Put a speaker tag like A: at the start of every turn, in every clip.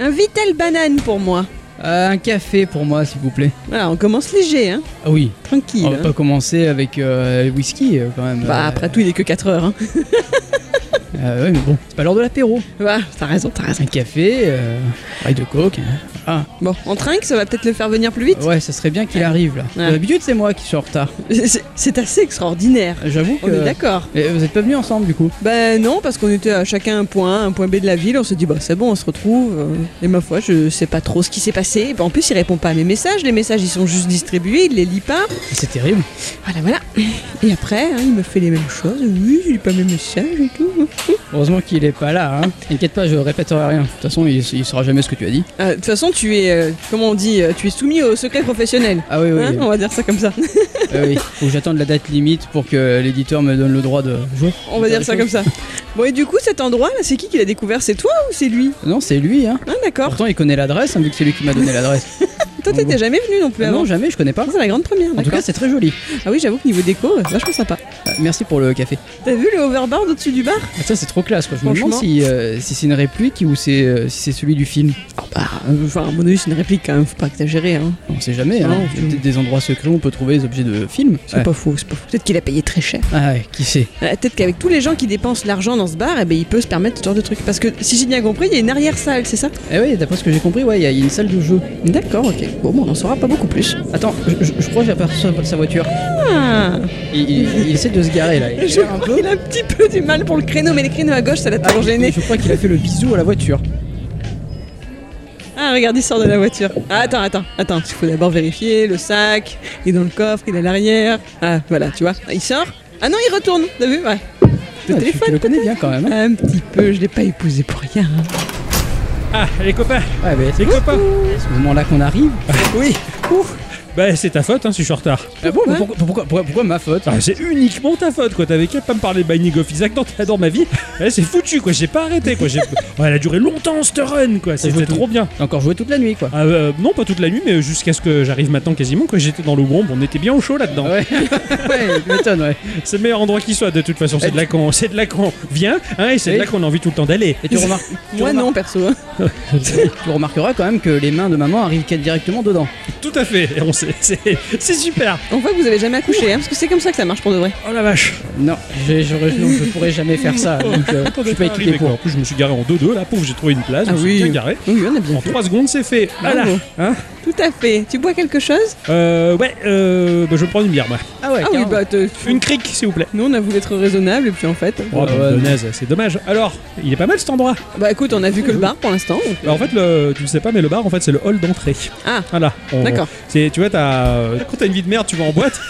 A: Un Vitel banane pour moi.
B: Euh, un café pour moi, s'il vous plaît.
A: Voilà, on commence léger, hein.
B: Ah oui,
A: Tranquille.
B: on va
A: hein.
B: pas commencer avec euh, le whisky euh, quand même.
A: Bah,
B: Euh,
A: après tout, il est que 4 heures. Hein.
B: euh, ouais, mais bon, c'est pas l'heure de l'apéro.
A: Bah, t'as raison, t'as raison.
B: Un café, euh, un rail de coke. hein.
A: Bon, on trinque, ça va peut-être le faire venir plus vite.
B: Ouais, ça serait bien qu'il arrive là.
A: Ouais.
B: D'habitude, c'est moi qui suis en retard.
A: C'est- C'est assez extraordinaire.
B: J'avoue que.
A: On est d'accord.
B: Et vous êtes pas venus ensemble du coup
A: Ben non, parce qu'on était à chacun un point, un point B de la ville. On s'est dit, bah c'est bon, on se retrouve. euh, Et ma foi, je sais pas trop ce qui s'est passé. Ben, en plus, il répond pas à mes messages. Les messages, ils sont juste distribués, il les lit pas.
B: Ah, C'est terrible.
A: Voilà, voilà. Et après, hein, il me fait les mêmes choses. Oui, il lit pas mes messages et tout.
B: Heureusement qu'il est pas là. Hein. T'inquiète pas, je répéterai rien. De toute façon, il, il saura jamais ce que tu as dit.
A: Ah, De toute façon, tu es, euh, comment on dit, euh, tu es soumis au secret professionnel.
B: Ah oui, oui.
A: Hein, on va dire ça comme ça.
B: Ah oui. Faut que j'attende la date limite pour que l'éditeur me donne le droit de jouer.
A: On va dire ça comme ça. Bon, et du coup, cet endroit, là, c'est qui qui l'a découvert C'est toi ou c'est lui
B: Non, c'est lui. Hein.
A: Ah, d'accord.
B: Pourtant, il connaît l'adresse, hein, vu que c'est lui qui m'a donné l'adresse.
A: Toi,
B: bon, bon.
A: t'étais jamais venu non plus
B: Ah
A: avant.
B: non, jamais, je connais pas.
A: c'est la grande première,
B: En tout
A: d'accord.
B: cas, c'est très joli.
A: Ah oui, j'avoue que niveau déco, euh, vachement sympa.
B: Ah, Merci pour le café.
A: T'as vu le overbar au-dessus du bar
B: Ah, ça, c'est trop classe. Quoi. Je me
A: Franchement.
B: demande si, euh, si c'est une réplique ou c'est, euh, si c'est celui du film.
A: Bah, euh, enfin, à mon avis, c'est une réplique quand même, faut pas exagérer. Hein.
B: On sait jamais. hein.
A: Non,
B: Il y
A: je-
B: a peut-être des endroits secrets où on peut trouver des objets de films.
A: C'est pas faux, c'est pas faux. Peut-être qu'il a payé très cher.
B: Ah ouais, qui sait
A: Euh, Peut-être qu'avec tous les gens qui dépensent l'argent dans ce bar, eh ben, il peut se permettre ce genre de truc. Parce que si j'ai bien compris, il y a une arrière-salle, c'est ça
B: Eh oui, d'après ce que j'ai compris, ouais, il y a- il y a une salle de jeu.
A: D'accord, ok. Bon, bon, on n'en saura pas beaucoup plus.
B: Attends, je, je- je crois que j'aperçois sa voiture.
A: Ah,
B: Il, il- il essaie de se garer là. Il
A: je
B: galère un
A: crois
B: peu. Ah,
A: qu'il a un petit peu du mal pour le créneau, mais les créneaux à gauche, ça l'a toujours gêné.
B: Je crois qu'il a fait le bisou à la voiture.
A: Ah, regarde, il sort de la voiture. Ah, attends, attends, attends. Il faut d'abord vérifier le sac. Il est dans le coffre, il est à l'arrière. Ah, voilà, tu vois. Il sort. Ah non, il retourne. T'as vu Ouais. Le
B: Ah, tu, tu
A: téléphone.
B: le connais bien quand même. hein.
A: Un petit peu, je l'ai pas épousé pour rien. hein.
C: Ah, les copains
B: Ouais, mais
C: Les copains
B: c'est ce moment là qu'on arrive.
A: Ah,
B: oui.
C: Bah, c'est ta faute hein, si je suis en retard.
B: Ah bon, mais pourquoi, pourquoi, pourquoi- pourquoi ma faute
C: Ah, c'est uniquement ta faute, quoi. T'avais qu'à pas me parler de Binding of Isaac dans, ta- dans ma vie. Eh, c'est foutu, quoi. J'ai pas arrêté, quoi. J'ai- Ouais, elle a duré longtemps, cette run, quoi.
B: joue
C: C'était
B: tout.
C: trop bien.
B: T'as encore joué toute la nuit quoi.
C: Ah, euh, non, pas toute la nuit, mais jusqu'à ce que j'arrive maintenant quasiment, quoi. J'étais dans le Womb, on était bien au chaud là-dedans.
B: Ouais, ouais, tu m'étonnes, ouais.
C: C'est le meilleur endroit qui soit, de toute façon. C'est de là qu'on c'est de là qu'on vient, hein, et c'est de
B: Oui.
C: là qu'on a envie tout le temps d'aller.
B: Et tu, remarques, tu
A: Moi,
B: remarques-
A: non, perso. hein.
B: tu remarqueras quand même que les mains de maman arrivent qu'à- directement dedans.
C: Tout à fait. Et on sait- c'est c'est super.
A: On voit que vous avez jamais accouché, hein, parce que c'est comme ça que ça marche pour de vrai.
C: Oh la vache.
B: Non, j'ai- je, non, je pourrais jamais faire ça. Donc, euh, je suis pas
C: Arrivé,
B: équipé
C: quoi. En
B: pour.
C: plus, je me suis garé en 2-2, là, pauvre, j'ai trouvé une place,
A: Ah
C: je me suis
A: oui.
C: bien garé.
A: Oui, on a bien
C: En
A: fait.
C: 3 secondes, c'est fait.
B: Ah
C: Voilà.
A: Bravo.
C: Hein
A: Tout à fait. Tu bois quelque chose
C: Euh, ouais, euh, bah, je vais prendre une bière, moi.
B: Ah ouais,
A: Ah oui,
B: carrément.
A: bah, te-
C: Une crique, s'il vous plaît.
A: nous, on a voulu être raisonnable, et puis en fait.
C: Oh,
B: Ouais,
C: bande de
B: ouais.
C: naze, c'est dommage. Alors, il est pas mal cet endroit.
A: Bah, écoute, on a vu que le bar pour l'instant. donc-
C: Bah, en fait, le, tu le sais pas, mais le bar, en fait, c'est le hall d'entrée.
A: Ah,
C: Voilà. On-
A: d'accord.
C: C'est, tu vois, t'as, euh, quand t'as une vie de merde, tu vas en boîte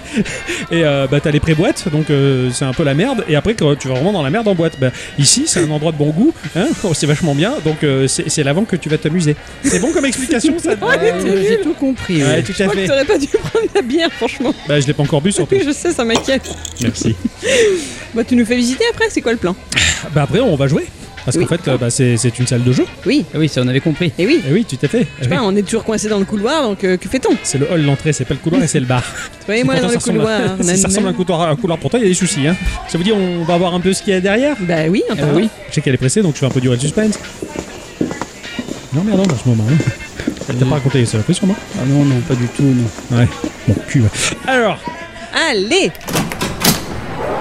C: et euh, bah t'as les pré-boîtes, donc euh, c'est un peu la merde. Et après, quand tu vas vraiment dans la merde en boîte, bah ici, c'est un endroit de bon goût, hein, oh, c'est vachement bien. Donc euh, c'est, c'est l'avant que tu vas t'amuser. C'est bon comme explication, ça.
A: Oh, il était
B: Euh, J'ai
A: nul.
B: tout compris.
C: Ouais,
B: ouais.
C: tout
A: Je
C: à
A: crois que
C: fait.
A: t'aurais pas dû prendre la bière, franchement.
C: Bah je l'ai pas encore bu surtout.
A: Oui, je sais, ça m'inquiète.
C: Merci.
A: Bah, tu nous fais visiter après, c'est quoi le plan
C: Bah après, on va jouer. Parce
A: Oui.
C: qu'en fait, euh, bah, c'est, c'est une salle de jeu.
A: Oui,
B: Ah oui, ça on avait compris.
A: et oui.
C: Et oui, tout à fait.
A: Je sais pas, on est toujours coincé dans le couloir, donc euh, que fait-on
C: C'est le hall, l'entrée, c'est pas le couloir et c'est le bar.
A: Soyez-moi
C: Pourtant,
A: dans
C: ça
A: le
C: ressemble à-
A: couloir.
C: si ça
A: nanana.
C: ressemble à un couloir, un couloir pour toi, il y a des soucis. Hein. Ça vous dit, on va voir un peu ce qu'il y a derrière
A: Bah oui,
C: Eh
A: en
B: Ah oui.
C: Je sais qu'elle est pressée, donc je vais un peu durer le suspense. Non, merde, en ce moment. Hein. Elle
A: Mm.
C: t'a pas raconté ça, fait sur moi
B: Ah non, non, pas du tout, non.
C: Ouais, mon cul. Alors,
A: Allez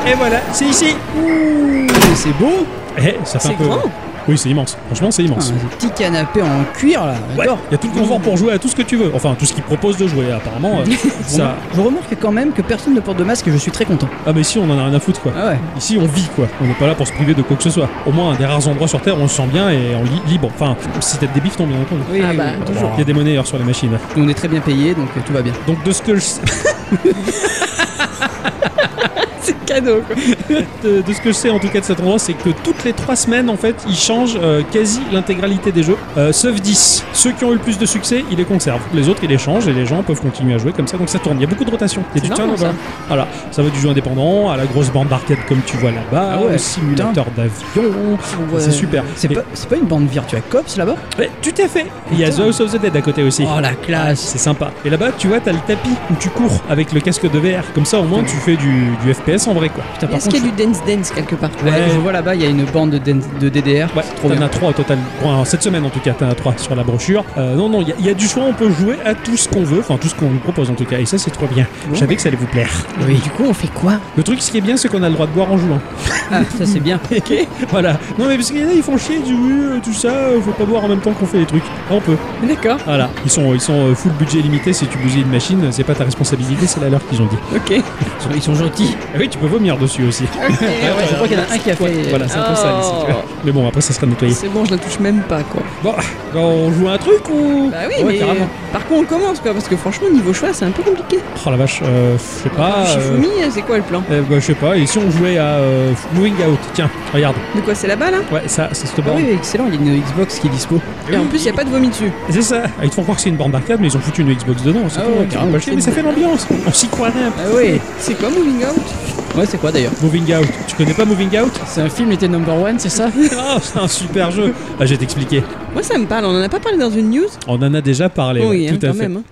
C: et voilà, c'est ici.
B: Mais C'est beau
C: Eh, ça fait
A: C'est
C: un peu.
A: grand
C: Oui, c'est immense. Franchement, c'est
B: Ah,
C: immense.
B: Un petit canapé en cuir là,
C: Ouais,
B: j'adore.
C: il y a tout le confort pour jouer à tout ce que tu veux. Enfin, tout ce qu'ils proposent de jouer, apparemment. euh, ça...
B: Je remarque quand même que personne ne porte de masque et je suis très content.
C: Ah, mais ici, on en a rien à foutre, quoi.
B: Ah ouais.
C: Ici, on vit, quoi. On n'est pas là pour se priver de quoi que ce soit. Au moins, un des rares endroits sur Terre où on se sent bien et on lit libre. Enfin, si t'as des bifetons, bien entendu.
B: Oui,
A: Ah
B: oui,
A: bah,
B: oui.
C: Il y a des monnayeurs sur les machines.
B: on est très bien payé donc euh, tout va bien.
C: Donc, de ce que je sais.
A: C'est cadeau, quoi.
C: de, de ce que je sais en tout cas de cet endroit, c'est que toutes les 3 semaines, en fait, ils changent euh, quasi l'intégralité des jeux, euh, sauf 10. Ceux qui ont eu le plus de succès, ils les conservent. Les autres, ils les changent et les gens peuvent continuer à jouer comme ça, donc ça tourne. Il y a beaucoup de rotation. Et
A: C'est
C: tu tiens
A: marrant,
C: là-bas. Voilà, ça va du jeu indépendant à la grosse bande d'arcade comme tu vois là-bas,
B: Ah ouais,
C: au simulateur d'avion. C'est super.
B: C'est
C: Et-
B: pas, c'est pas une bande virtuelle cops là-bas
C: Ouais, tout à fait. Ah. Il y a The
B: Putain.
C: House of the Dead à côté aussi.
B: Oh la classe
C: C'est sympa. Et là-bas, tu vois, t'as le tapis où tu cours avec le casque de VR. Comme ça, au moins, tu fais du, du FPS intéresse en vrai quoi.
B: Putain, par
A: Est-ce
B: contre,
A: qu'il y a du dance dance quelque part
B: je- ouais, je vois là-bas, il y a une bande de, den- de DDR.
C: Ouais,
B: c'est trop
C: t'en
B: bien.
C: as trois au total. Bon, alors, cette semaine en tout cas, t'en as trois sur la brochure. Euh, non, non, il y a- il y, a du choix, on peut jouer à tout ce qu'on veut, enfin tout ce qu'on nous propose en tout cas, et ça c'est trop bien.
B: Bon.
C: Je savais que ça allait vous plaire.
B: Oui, du coup, on fait quoi
C: Le truc, ce qui est bien, c'est qu'on a le droit de boire en jouant.
B: Ah, ça c'est bien.
C: Voilà. Non, mais parce qu'il y en a, ils font chier, ils disent oui, euh, tout ça, euh, faut pas boire en même temps qu'on fait les trucs. On peut.
A: D'accord,
C: Voilà. Ils sont, ils sont euh, full budget limité, si tu bousilles une machine, c'est pas ta responsabilité, c'est la leur qu'ils ont dit.
A: ok.
B: Ils sont- Ils sont gentils.
C: Ah oui, tu peux vomir dessus aussi.
B: Ouais, ouais, je crois qu'il y en a un qui a fait.
C: Voilà, c'est un peu ça. si tu veux.
A: Oh.
C: Mais bon, après, ça sera nettoyé.
A: Ah, C'est bon, je la touche même pas quoi.
C: Bon, on joue à un truc ou
A: Bah oui,
C: Ouais,
A: mais
C: carrément.
A: par contre on commence quoi, parce que franchement niveau choix c'est un peu compliqué.
C: Oh la vache, euh, je sais
B: Ah,
C: pas. euh,
A: Shifumi, hein, c'est quoi le plan
C: euh, bah, je sais pas. Et si on jouait à euh, Moving Out Tiens, regarde.
A: De quoi c'est là-bas là
C: Ouais, ça, c'est cette
B: Ah
C: borne.
B: oui, excellent, il y a une Xbox qui est dispo.
C: Eh
A: Et en plus il y a pas de vomi dessus.
C: C'est ça. Ah, Ils te font croire que c'est une borne d'arcade, mais ils ont foutu une Xbox dedans. C'est
B: Ah
C: tout,
B: ouais,
C: hein, tu
B: carrément.
C: peux pas acheter, mais ça fait l'ambiance. On s'y croirait un peu.
B: Ah oui.
A: C'est quoi Moving Out
B: Ouais, c'est quoi d'ailleurs
C: Moving Out. Tu connais pas Moving Out
B: C'est un film, il était number one, c'est ça
C: Oh, c'est un super jeu. Ah, je vais t'expliquer.
A: Moi ça me parle, on en a pas parlé dans une news
C: On en a déjà parlé.
A: Oui,
C: ouais,
A: hein,
C: Eh ben, tout à
A: quand
C: fait.
A: même. hein.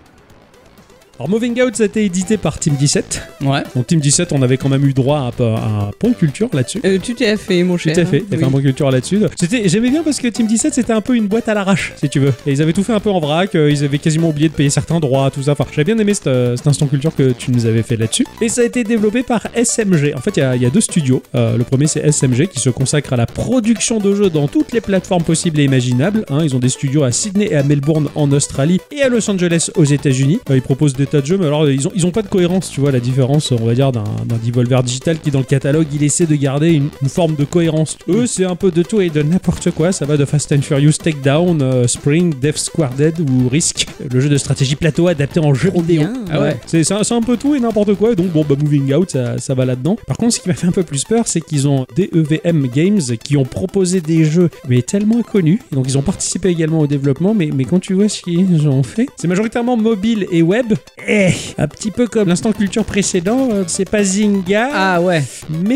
C: Alors, Moving Out, ça a été édité par Team 17.
B: Ouais.
C: Donc, Team 17, on avait quand même eu droit à un peu- à un point culture là-dessus.
A: Euh, tu t'es fait mon
C: Tout
A: cher.
C: à fait,
A: hein,
C: il y avait
A: oui.
C: un bon culture là-dessus. C'était, j'aimais bien parce que Team 17 c'était un peu une boîte à l'arrache, si tu veux. Et ils avaient tout fait un peu en vrac, euh, ils avaient quasiment oublié de payer certains droits, tout ça. Enfin, j'avais bien aimé cet, euh, cet instant culture que tu nous avais fait là-dessus. Et ça a été développé par SMG. En fait, il y a- il y, a deux studios. Euh, le premier c'est SMG qui se consacre à la production de jeux dans toutes les plateformes possibles et imaginables. hein. ils ont des studios à Sydney et à Melbourne en Australie et à Los Angeles aux États-Unis. Euh, ils proposent des tas de jeux, mais alors ils ont, ils ont pas de cohérence, tu vois, la différence, on va dire, d'un d'un Devolver Digital qui, dans le catalogue, il essaie de garder une, une forme de cohérence. Eux, c'est un peu de tout et de n'importe quoi. Ça va de Fast and Furious Takedown, euh, Spring, Death Square Dead ou Risk, le jeu de stratégie plateau adapté en jeu vidéo.
A: Bien. ben,
B: Ah ouais.
C: C'est c'est un, c'est un peu tout et n'importe quoi. Et donc, bon, bah, Moving Out, ça, ça va là-dedans. Par contre, ce qui m'a fait un peu plus peur, c'est qu'ils ont DEVM Games qui ont proposé des jeux, mais tellement inconnus. Et donc, ils ont participé également au développement. Mais, mais quand tu vois ce qu'ils ont fait, c'est majoritairement mobile et web. Eh, un petit peu comme l'instant culture précédent, euh, c'est pas Zynga,
B: Ah ouais.
C: mais,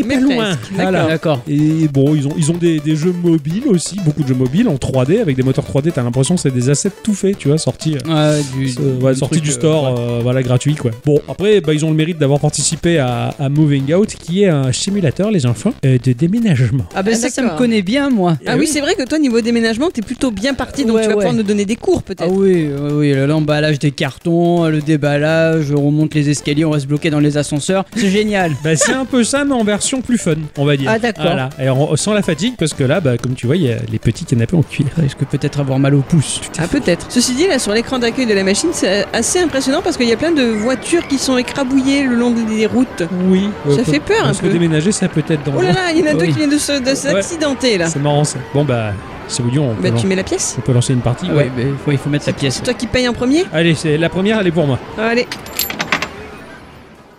A: mais
C: pas
A: presque.
C: loin. Voilà.
B: D'accord.
C: Et bon, ils ont, ils ont des, des jeux mobiles aussi, beaucoup de jeux mobiles en 3D, avec des moteurs 3D, t'as l'impression que c'est des assets tout faits, tu vois, sortis euh,
B: Ouais, du,
C: euh, ouais, sorti
B: truc,
C: du
B: euh,
C: store,
B: ouais.
C: euh, voilà, gratuit quoi. Bon, après, bah, ils ont le mérite d'avoir participé à, à Moving Out, qui est un simulateur, les enfants, euh, de déménagement.
B: Ah ben ça, ça me
A: d'accord.
B: connaît bien, moi.
A: Ah oui, c'est vrai que toi niveau déménagement t'es plutôt bien parti donc
B: Ouais,
A: tu vas
B: ouais.
A: pouvoir nous donner des cours
B: Ah
A: peut-être.
B: oui, oui, oui, le- l'emballage des cartons, le déballage, on monte les escaliers, on reste bloqué dans les ascenseurs. C'est génial.
C: Bah, c'est un peu ça, mais en version plus fun, on va dire.
B: Ah, d'accord.
C: Voilà. Et en- sans la fatigue, parce que là, bah, comme tu vois, il y a les petits canapés en cuir.
B: Est-ce que peut-être avoir mal au pouce
A: Ah peut-être. Ceci dit là sur l'écran d'accueil de la machine c'est assez impressionnant parce qu'il y a plein de voitures qui sont écrabouillées le long des routes.
C: Oui.
A: Ça fait peur, un
C: Parce que
A: peu.
C: déménager, ça peut être dans
A: Oh là là, il y en a
B: Ah
A: deux
B: oui.
A: qui viennent de se- de s'accidenter là.
C: C'est marrant ça. Bon, bah, c'est bouillon, on, peut
A: Bah
C: lan-
A: tu mets la pièce
C: on peut lancer une partie.
B: Ah
C: ouais.
B: ouais, mais faut- il faut mettre la pièce.
A: C'est toi qui paye en premier Ah,
C: Allez, c'est la première, elle est pour moi.
A: Allez.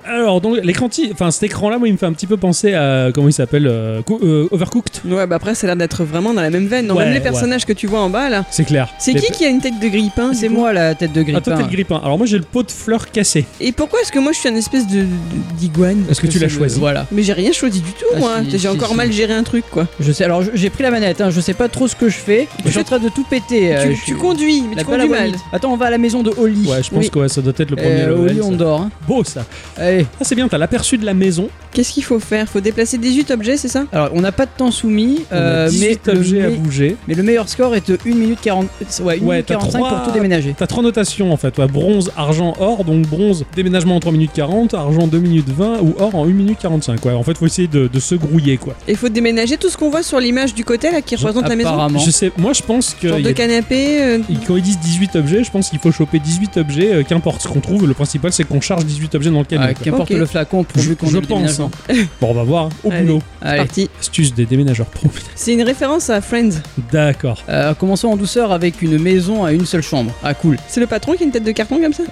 C: Alors, donc, l'écran, ti- enfin, cet écran-là, moi, il me fait un petit peu penser à, comment il s'appelle, euh, cou- euh, Overcooked.
A: Ouais, bah après, ça a l'air d'être vraiment dans la même veine. Non,
C: Ouais,
A: même les
C: ouais.
A: personnages que tu vois en bas là.
C: C'est clair.
A: C'est
C: Les-
A: qui qui a une tête de grippin
B: C'est
A: C'est moi.
B: moi la tête de grippin.
C: Ah, toi, t'es le grippin. Alors, moi, j'ai le pot de fleurs cassé.
A: Et pourquoi est-ce que moi Euh, je suis un espèce de de- d'iguane
C: Est-ce que tu l'as
B: C'est le-
C: choisi
B: Voilà.
A: Mais j'ai rien choisi du tout,
B: Ah,
A: moi.
B: si,
A: J'ai
B: si,
A: encore
B: si.
A: mal géré un truc, quoi.
B: Je sais. Alors je- j'ai pris la manette. hein, je sais pas trop ce que je fais. Je suis en train de tout péter.
C: Ah,
B: euh,
A: tu,
B: je
A: tu
B: suis-
A: conduis, mais
B: La
A: tu
B: balle à
A: conduis mal.
B: Walid. Attends, on va à la maison de Oli.
C: Ouais, je pense
B: Oui.
C: que ouais, ça doit être le premier
B: Euh,
C: level,
B: Oli, on
C: ça.
B: dort. hein.
C: Beau ça.
B: Allez.
C: Ah, c'est bien, t'as l'aperçu de la maison.
A: Qu'est-ce qu'il faut faire Faut déplacer 18 objets, c'est ça
B: Alors, on n'a pas de temps soumis,
C: On a
B: euh, mais,
C: 18
B: le
C: objets à
B: me-
C: bouger.
B: mais le meilleur score est de 1 minute 40, ouais, 1
C: Ouais,
B: minute
C: t'as
B: 45
C: trois-
B: pour tout déménager.
C: T'as trois notations en fait, ouais, bronze, argent, or, donc bronze, déménagement en 3 minutes 40, argent 2 minutes 20 ou or en 1 minute 45. Ouais, en fait, faut essayer de, de se grouiller quoi.
A: Et faut déménager tout ce qu'on voit sur l'image du côté là qui représente la maison.
B: Apparemment.
C: Je sais, moi je pense que.
A: Genre
C: il y
A: de
C: a-
A: canapé. euh,
C: il- Quand ils disent 18 objets, je pense qu'il faut choper 18 objets, euh, qu'importe ce qu'on trouve. Le principal, c'est qu'on charge 18 objets dans le camion.
B: Ouais,
C: quoi.
B: Qu'importe
A: Ok.
B: le flacon,
C: Je,
B: pourvu qu'on
C: je
B: ait le
C: pense.
B: déménagement.
C: hein. Bon, on va voir. Au
A: Allez.
C: boulot.
A: c'est
B: Allez,
A: Parti.
C: Astuce des déménageurs pro.
A: C'est une référence à Friends.
C: D'accord.
B: euh, commençons en douceur avec une maison à une seule chambre. Ah, cool.
A: C'est le patron qui a une tête de carton comme ça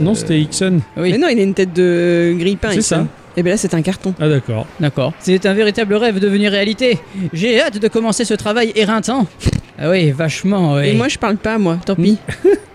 C: Non, c'était Ixon.
B: Oui.
A: Mais non, il a une tête de grippin.
C: C'est
A: ici.
C: ça.
A: Et bien Eh ben là, c'est un carton.
C: Ah d'accord.
B: D'accord. C'est un véritable rêve devenu réalité. J'ai hâte de commencer ce travail éreintant. Ah oui, vachement, oui.
C: Hmm.
A: Et moi, je parle pas, moi. Tant pis.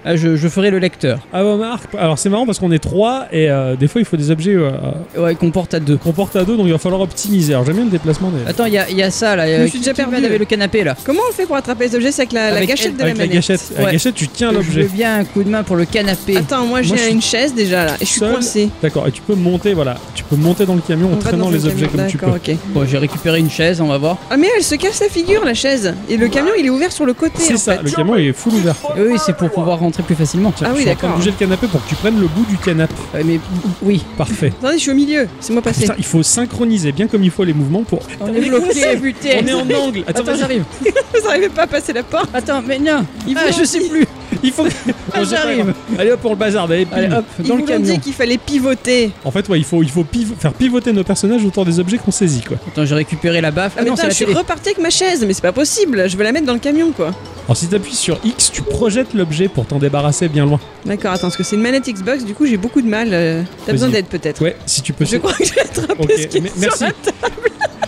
B: Ah, je, je ferai le lecteur.
C: Ah bah Marc, alors c'est marrant parce qu'on est trois et euh, des fois il faut des objets euh,
B: Ouais, qu'on porte à deux.
C: qu'on porte à deux donc il va falloir optimiser. Alors j'aime bien le déplacement des...
B: Attends, il y, a- il y a ça là.
A: me
B: euh,
A: suis déjà
B: qui va
A: perdu.
B: avec le canapé là.
A: Comment on fait pour attraper les objets C'est avec la, la
B: Avec
A: gâchette
B: elle-
A: de
C: Avec
A: la
C: la
A: manette.
C: gâchette, avec la
B: Ouais.
C: gâchette tu tiens
B: Je veux
C: l'objet.
B: bien un coup de main pour le canapé.
A: Attends, moi
C: Moi, je
A: j'ai
C: suis
A: une chaise déjà là. Et je suis
C: seul.
A: coincé.
C: D'accord, et tu peux monter, voilà, tu peux monter dans le camion en traînant les objets comme tu peux.
A: D'accord, ok.
B: Bon, j'ai récupéré une chaise, on va voir.
A: Ah mais elle se casse la figure la chaise. Et le camion il est ouvert sur le côté.
C: C'est
A: en
C: ça,
A: fait.
C: le camion il est full ouvert.
B: Et Oui, c'est pour pouvoir rentrer plus facilement.
C: Tiens,
A: Ah
C: je
A: oui,
C: suis en train de
A: d'accord.
C: bouger le canapé pour que tu prennes le bout du canapé.
B: Ouais, mais oui,
C: Parfait.
A: Attendez, je suis au milieu. Ah, C'est moi passer.
C: Putain, il faut synchroniser bien comme il faut les mouvements pour.
B: on est bloqué, putain.
C: On est en angle. Attends,
B: Attends,
C: vas-y.
B: j'arrive.
A: Vous arrivez pas à passer la porte
B: Attends, mais non.
A: Ils
B: Ah,
A: vous
B: je
A: l'ont
B: sais
A: dit.
B: plus.
C: il faut. que-
B: Ah,
C: c'est pas
B: j'arrive.
C: grave. Allez hop pour le bazar, allez, pile.
B: Allez, hop,
A: Ils
B: dans
A: vous
B: le
A: l'ont dit
B: camion.
A: qu'il fallait pivoter. Ah,
C: En fait, ouais, il faut, il faut piv- faire pivoter nos personnages autour des objets qu'on saisit, quoi.
B: Attends, j'ai récupéré la baffe.
A: Ah,
B: Ah non, c'est
A: putain,
B: la
A: je suis
B: télé.
A: reparti avec ma chaise, mais c'est pas possible. Je vais la mettre dans le camion quoi.
C: Alors, si t'appuies sur X, tu projettes l'objet pour t'en débarrasser bien loin.
A: D'accord, attends, parce que c'est une manette Xbox, du coup j'ai beaucoup de mal. euh, T'as
C: Vas-y.
A: besoin d'aide peut-être.
C: Ouais, si tu peux.
A: Je crois que j'ai attrapé
C: Ok,
A: ce qui
C: mais-
A: est sur
C: merci.
A: la-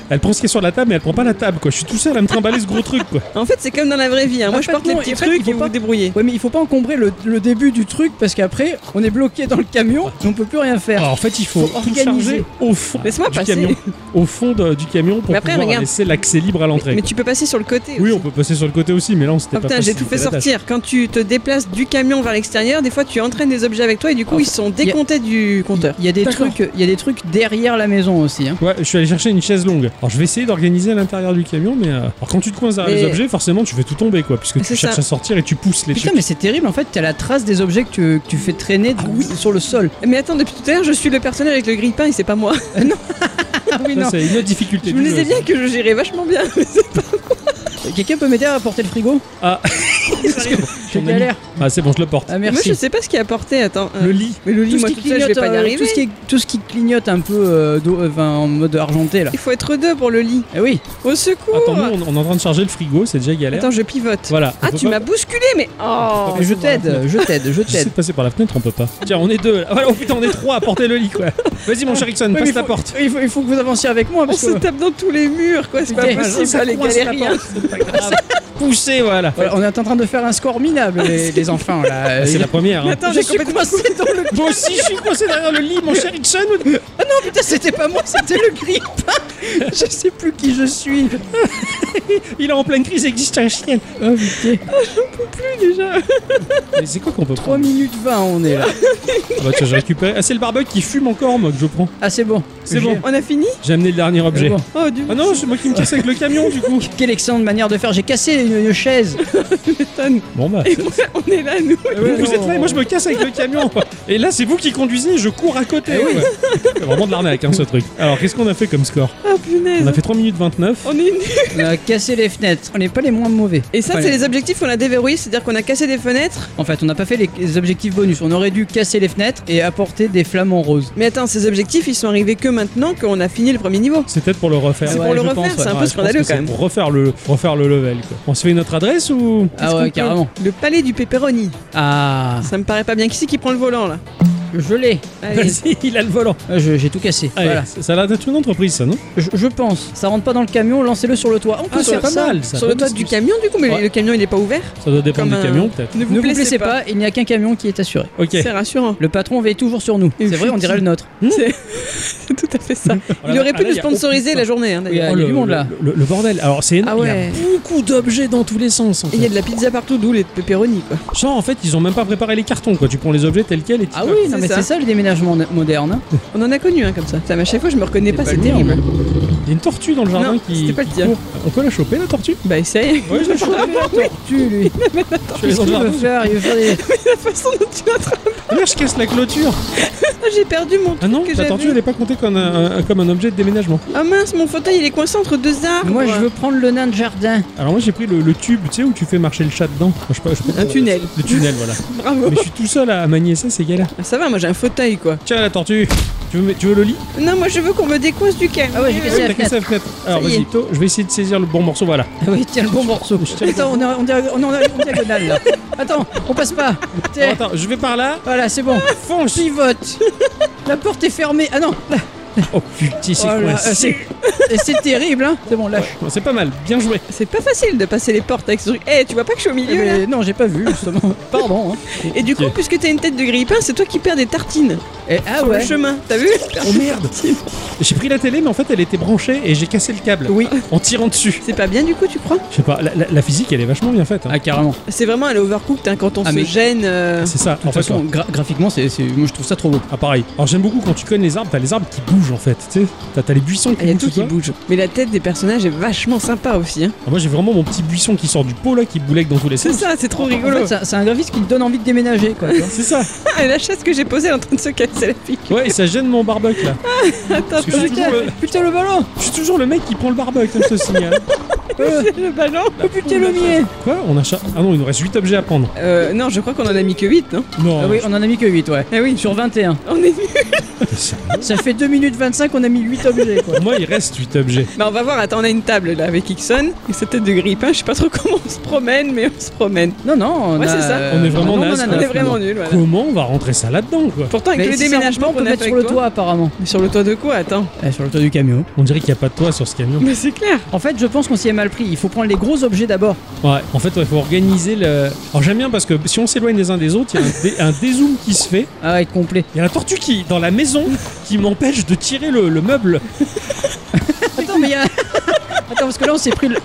C: Elle prend ce qui est sur la table, mais elle prend pas la table, quoi. Je suis tout seul à me trimballer ce gros truc, quoi.
A: En fait, c'est comme dans la vraie vie. hein. Moi,
B: En
A: je
B: fait,
A: porte
B: non,
A: les petits
B: en fait,
A: trucs,
B: il faut
A: vous
B: pas-
A: vous débrouillez.
B: Ouais, mais il faut pas encombrer le, le début du truc parce qu'après, on est bloqué dans le camion et on peut plus rien faire.
C: Alors, en fait, il faut,
B: Faut
C: tout
B: organiser.
C: charger au fond
A: Laisse-moi
C: du
A: passer.
C: camion, au fond de- du camion pour
A: Mais après,
C: pouvoir
A: regarde.
C: laisser l'accès libre à l'entrée.
A: Mais tu peux passer sur le côté.
C: Oui,
A: aussi.
C: on peut passer sur le côté aussi, mais là, on s'était
A: Oh
C: pas
A: putain, j'ai tout fait
C: facilité la tâche.
A: sortir. Quand tu te déplaces du camion vers l'extérieur, des fois tu entraînes des objets avec toi et du coup
B: Ah,
A: ils sont décomptés du compteur.
B: Il y a des
C: D'accord.
B: trucs, il y a des trucs derrière la maison aussi. Hein.
C: Ouais, je suis allé chercher une chaise longue. Alors je vais essayer d'organiser à l'intérieur du camion, mais euh, alors quand tu te coinces derrière
A: Mais-
C: les objets, forcément tu fais tout tomber quoi, puisque tu
A: C'est
C: cherches
A: ça.
C: à sortir et tu pousses les
B: Putain,
C: trucs.
B: mais c'est terrible. En fait, t'as la trace des objets que tu, que tu fais traîner
A: Ah
B: sur le sol.
A: Mais attends, depuis tout à l'heure, je suis le personnage avec le grille-pain et c'est pas moi.
B: Ah oui,
C: Ça,
B: non.
C: c'est une autre difficulté.
A: Je me
C: du jeu,
A: disais bien
C: ça.
A: que je gérais vachement bien.
B: Quelqu'un peut m'aider à porter le frigo
C: Ah.
B: Parce que j'ai
C: Ton ami-
B: galère.
C: Ah c'est bon, je le porte.
B: Ah
A: Moi,
B: merci.
A: je sais pas ce qui a apporté. Attends, euh,
C: Le lit.
A: mais le lit,
B: tout,
A: moi,
B: ce qui
A: toute seule, je vais
B: clignote,
A: pas y
B: euh,
A: arriver.
B: tout, ce qui, tout ce qui clignote un peu euh, d'eau- euh, enfin, en mode argenté là.
A: Il faut être deux pour le lit.
B: Eh oui,
A: Au secours
C: Attends, nous on, on est en train de charger le frigo, c'est déjà galère.
A: Attends, je pivote.
C: Voilà. on
A: Ah,
C: peut
A: tu
C: pas-
A: m'as bousculé, mais oh
C: Ah,
B: je
C: c'est bon,
B: t'aide, je t'aide, je
C: J'essaie
B: t'aide.
C: de passer par la fenêtre, on peut pas. Tiens, on est deux. là. Voilà, oh putain, on est trois à porter le lit quoi. Vas-y mon cher Ixon,
B: Oui, mais
C: passe
B: il
C: la
B: faut-
C: porte.
B: Il faut, il faut que vous avanciez avec moi
A: On
B: parce
A: se
B: que.
A: tape dans tous les murs, quoi. Oh, C'est pas
B: Putain,
A: possible,
C: ça
A: ça, les
C: coince la
A: galériens.
C: C'est pas grave. Poussez, voilà.
B: Voilà, on est en train de faire un score minable, les, les enfants là.
C: Ah, c'est la première. hein.
A: Attends,
B: je
A: j'ai
B: suis
A: complètement
B: coincé dans le.
C: Moi aussi, je suis coincé derrière le lit, mon cher Ixon.
B: Oh, Putain, c'était pas moi, c'était le grip. je sais plus qui je suis.
C: Il est en pleine crise existentielle.
B: Oh putain,
A: déjà.
C: Ah, Mais c'est quoi qu'on peut
B: 3
C: prendre
B: minutes 20, on est là.
C: Ah bah tiens, j'ai récupéré. Ah, c'est le barbecue qui fume encore, moi, que je prends.
B: Ah, c'est bon.
C: C'est
B: J'ai-
C: bon.
A: On a fini
C: J'ai amené le dernier
B: C'est
C: objet.
B: bon.
A: Oh, du
C: Ah non, c'est moi qui me casse avec le camion, du coup.
B: Quelle excellente manière de faire. J'ai cassé une, une chaise.
A: m'étonne.
C: Bon bah.
A: Et moi, on est là, nous.
C: Vous, vous
B: non.
C: êtes là et moi je me casse avec le camion. Et là c'est vous qui conduisez, et je cours à côté.
B: Eh oui.
C: ouais. C'est vraiment de l'arnaque hein, ce truc. Alors qu'est-ce qu'on a fait comme score
A: Ah punaise.
C: On a fait 3 minutes 29.
A: On est nuls.
B: On a cassé les fenêtres. On n'est pas les moins mauvais.
A: Et ça,
B: Enfin,
A: c'est les objectifs qu'on a déverrouillés, c'est-à-dire qu'on a cassé des fenêtres.
B: En fait, on n'a pas fait les, les objectifs bonus. On aurait dû casser les fenêtres et apporter des flamants roses.
A: Mais attends, ces objectifs, ils sont arrivés que maintenant qu'on a fini le premier niveau.
C: C'est peut-être pour le refaire.
A: C'est
B: ouais,
A: pour le
B: je
A: refaire,
B: pense, ouais.
A: c'est un
C: Ouais,
A: peu
C: je pense
A: scandaleux
C: que c'est
A: quand même.
C: Pour refaire le, refaire le level. Quoi. On se fait notre adresse ou
A: Est-ce
B: Ah
A: qu'on
B: ouais,
A: peut-
B: carrément.
A: Le palais du pepperoni.
B: Ah,
A: Ça me paraît pas bien. Qui c'est qui prend le volant là
B: je l'ai.
A: Allez.
C: Vas-y, il a le volant.
B: Ah, je- J'ai tout cassé.
C: Allez,
B: Voilà.
C: Ça ça a l'air d'être une entreprise, ça, non
B: Je, je pense. Ça rentre pas dans le camion. Lancez-le sur le toit. On peut
C: c'est
B: faire
C: pas
B: ça.
C: mal, ça.
A: Ah, Sur le toit du camion, du coup, mais
B: Ouais.
A: le camion il est pas ouvert.
C: Ça doit dépendre
A: Comme
C: du
A: un-
C: camion, peut-être.
A: Ne vous,
B: Ne vous blessez pas. Il n'y a qu'un camion qui est assuré.
C: Ok.
A: C'est rassurant.
B: Le patron veille toujours sur nous.
A: Et
B: C'est vrai, on dirait le nôtre.
A: C'est c'est tout à fait ça.
C: Voilà,
A: Il aurait
C: ah,
A: pu
C: là,
A: nous
C: y a
A: sponsoriser
C: aucun-
A: la journée. hein, d'ailleurs.
B: Ah, il y a du monde, là.
C: Oh, le- le bordel. Alors c'est énorme.
A: Ah ouais.
C: Il y a beaucoup d'objets dans tous les sens. en
A: Et Il y a
C: fait.
A: de la pizza partout, d'où les pepperoni quoi.
C: Genre en fait ils ont même pas préparé les cartons quoi. Tu prends les objets tels quels et tu.
B: Ah oui, non,
A: c'est
B: mais
A: ça.
B: c'est ça le déménagement mo- moderne. hein.
A: On en a connu un comme ça. Putain, mais à chaque fois je me reconnais pas,
B: pas
A: c'est
B: le mien,
A: terrible.
C: Il y a une tortue dans le jardin
A: Non,
C: qui.
A: c'était pas le
C: qui
A: tien.
C: court. On peut la choper la
B: hein.
C: tortue
A: Bah essaye.
C: Ouais je la chope.
B: Tu lui.
C: Je les
B: Qu'est-ce qu'il veut faire Il veut faire des.
A: la façon dont tu l'attrapes.
C: je casse la clôture.
A: Ah, J'ai perdu mon truc
C: Ah non,
A: que
C: la
A: j'avais.
C: tortue elle est pas comptée comme un, un- comme un objet de déménagement.
A: Ah mince, mon fauteuil il est coincé entre deux arbres.
B: Moi, je veux prendre le nain de jardin.
C: Alors moi j'ai pris le, le tube tu sais où tu fais marcher le chat dedans. Moi, je sais pas, je sais pas
A: Un
C: comment-
A: tunnel.
C: Le tunnel voilà.
A: Bravo.
C: Mais je suis tout seul à manier ça c'est galère.
A: Ah, ça va, moi j'ai un fauteuil quoi.
C: Tiens la tortue. Tu veux, tu veux le lit
A: Non, moi je veux qu'on me décoince du calme.
B: Ah ouais, j'ai cassé
C: T'as
B: la
C: cassé
B: fenêtre.
C: la fenêtre. Alors
A: Ça y est.
C: vas-y Théo, je vais essayer de saisir le bon morceau voilà.
B: Ah oui, tiens le bon morceau. Attends, on est en- on est en- on est en- on est en diagonale là. Attends, on passe pas. Tiens,
C: Oh, Alors, attends je vais par là.
B: Voilà, c'est bon.
C: Fonce.
B: Pivote. La porte est fermée. Ah non, là,
C: Oh putain, c'est
B: Oh
C: quoi
B: là, euh,
C: ça
B: c'est et c'est terrible, hein. C'est bon, lâche.
C: C'est pas mal, bien joué.
A: C'est pas facile de passer les portes avec ce truc. Eh, tu vois pas que je suis au milieu là
B: Mais non, j'ai pas vu, justement. Pardon. hein.
A: Et du coup,
C: Ok.
A: puisque t'as une tête de grille-pain, c'est toi qui perds des tartines
B: Et- ah
A: sur
B: ouais.
A: le chemin. T'as vu
C: Oh merde J'ai pris la télé, mais en fait elle était branchée et j'ai cassé le câble
B: Oui.
C: en tirant dessus.
A: C'est pas bien du coup, tu crois
C: Je sais pas, la, la- la physique elle est vachement bien faite. hein.
B: Ah, carrément. De
A: C'est vraiment un overcooked hein, quand on
B: Ah,
A: se
B: mais-
A: gêne. euh,
C: C'est ça, en
B: toute
C: fait.
B: façon, gra- graphiquement, c'est, c'est- moi je trouve ça trop beau.
C: Ah pareil. Alors j'aime beaucoup quand tu connais les arbres, t'as les arbres qui bougent en fait. Tu sais, t'as, t'as les buissons
B: Ah,
A: Il
C: qui
A: y a
C: bougent.
A: tout
C: sous
A: qui
B: hein.
C: toi.
A: bouge. Mais la tête des personnages est vachement sympa aussi. hein.
C: Ah, moi j'ai vraiment mon petit buisson qui sort du pot là, qui boulec dans tous les
A: C'est
C: sens.
A: ça, c'est trop
B: En- en
A: rigolo.
B: fait, c'est, c'est un graphisme qui me donne envie de déménager, quoi. tu vois.
C: C'est ça.
A: Ah, et la chaise que j'ai posée elle est en train de se casser la pique.
C: Ouais, et ça gêne mon barbecue là.
A: Attends,
C: Parce que je suis, toujours
A: euh,
C: le,
B: Putain, le ballon
C: je suis toujours le mec qui prend le barbecue comme ce signal.
B: Euh,
A: le ballon.
B: Oh putain, le mien
C: Quoi On a cha- Ah non, il nous reste 8 objets à prendre.
A: Euh, non, je crois qu'on en a mis que 8, non
C: Non.
B: Ah oui, on en a mis que 8, ouais.
A: Ah oui,
B: Sur 21.
A: on est nus.
C: Putain, sérieux
B: Ça fait 2 minutes 25 on a mis 8 objets, quoi.
C: Pour moi, il reste 8 objets.
A: Bah, on va voir, attends, on a une table là avec Ixon et cette tête de grippin. Je sais pas trop comment on se promène, mais on se promène.
B: Non, non, on
A: Ouais,
B: a-
A: c'est ça.
C: On est vraiment
B: non, non,
C: naze,
B: non,
C: quoi.
B: Ah, non,
A: on est
B: non.
A: vraiment nuls, voilà.
C: Comment on va rentrer ça là-dedans quoi
A: Pourtant, avec
B: Mais
A: le
B: si c'est
A: déménagement
B: on peut
A: qu'on a
B: mettre
A: fait
B: sur le
A: avec toi-
B: toit, apparemment.
A: Mais sur le toit de quoi, attends
B: Eh, sur le toit du camion.
C: On dirait qu'il n'y a pas de toit sur ce camion.
A: Mais c'est clair.
B: En fait, je pense qu'on s'y est mal pris. Il faut prendre les gros objets d'abord.
C: Ouais, en fait, il faut organiser le. Alors j'aime bien parce que si on s'éloigne les uns des autres, il y a un, dé- un dézoom qui se fait.
B: Ah, être complet.
C: Il y a la tortue qui, dans la maison, qui m'empêche de tirer le, le meuble.
B: Attends, mais il y a. Attends, parce que là, on s'est pris le-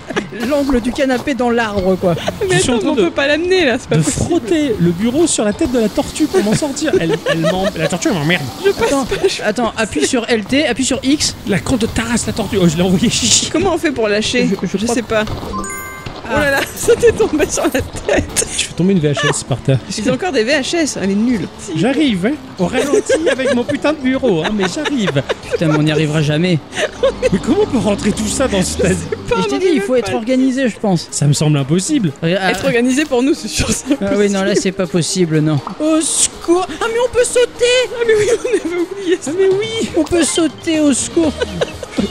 B: l'angle du canapé dans l'arbre, quoi.
A: Mais
C: suis en
A: attends,
C: train
A: on
C: de-
A: peut pas l'amener là, c'est pas
C: de
A: possible.
C: frotter le bureau sur la tête de la tortue pour m'en sortir. Elle, elle m'en- la tortue elle m'emmerde.
B: Attends, attends, appuie sur LT, appuie sur X.
C: La con de Taras, la tortue. Oh, je l'ai envoyé chichi.
A: Comment on fait pour lâcher
B: Je- je crois Ah.
A: sais pas. Oh là là, ça t'est tombé sur la tête.
C: Je fais tomber une VHS par terre.
A: Ils ont encore des VHS, elle est nulle.
C: J'arrive, hein, au ralenti avec mon putain de bureau, hein, mais j'arrive.
B: Putain, mais on n'y arrivera jamais.
C: Mais comment on peut rentrer tout ça dans ce tas-
A: Pas,
B: Et je
A: on
B: t'ai
A: en
B: dit,
A: est
B: il
A: même
B: faut
A: pas
B: être organisé, je pense.
C: Ça me semble impossible.
B: Regarde,
A: Être organisé pour nous, c'est sûr. c'est
B: ah, ah oui, non, là, c'est pas possible, non. Au secours Ah, mais on peut sauter
A: Ah mais oui, on avait oublié ça.
C: Ah mais oui,
B: On peut sauter au secours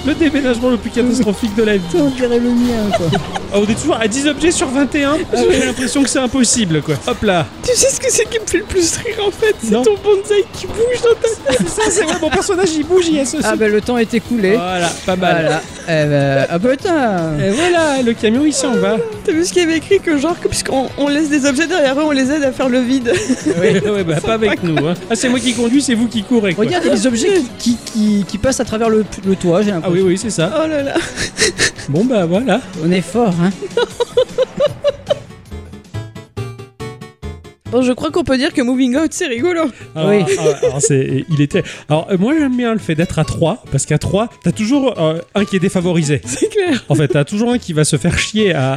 C: le déménagement le plus catastrophique de la vie.
B: Putain, On dirait le mien, quoi.
C: Ah, on est toujours à 10 objets sur 21. J'ai l'impression que c'est impossible, quoi. Hop là.
A: Ah, Tu sais ce que c'est qui me fait le plus rire en fait C'est
C: Non.
A: ton bonsaï qui bouge dans ta tête.
C: C'est ça, c'est vrai, mon personnage, il bouge, il associe.
B: Ah, bah, le temps est écoulé.
C: Voilà, pas mal.
B: Voilà. Eh ben, ah, putain
C: Et voilà, le camion, il s'en va.
A: T'as vu ce qu'il y avait écrit que genre, que puisqu'on on laisse des objets derrière eux, on les aide à faire le vide.
C: Ouais, ouais, bah, pas avec nous. hein. Ah, c'est moi qui conduis, c'est vous qui courez, quoi.
B: Regarde, il y a des objets qui, qui, qui, qui passent à travers le, le toit, j'ai
C: Ah
B: l'impression.
C: oui, oui, c'est ça.
A: Oh là là.
C: Bon, bah voilà.
B: On est fort, hein.
A: Bon, je crois qu'on peut dire que Moving Out, c'est rigolo.
C: Alors,
B: Oui.
C: alors, alors, ah, c'est, il était. Alors, euh, moi, j'aime bien le fait d'être à 3, parce qu'à 3, t'as toujours euh, un qui est défavorisé.
A: C'est clair.
C: En fait, t'as toujours un qui va se faire chier à,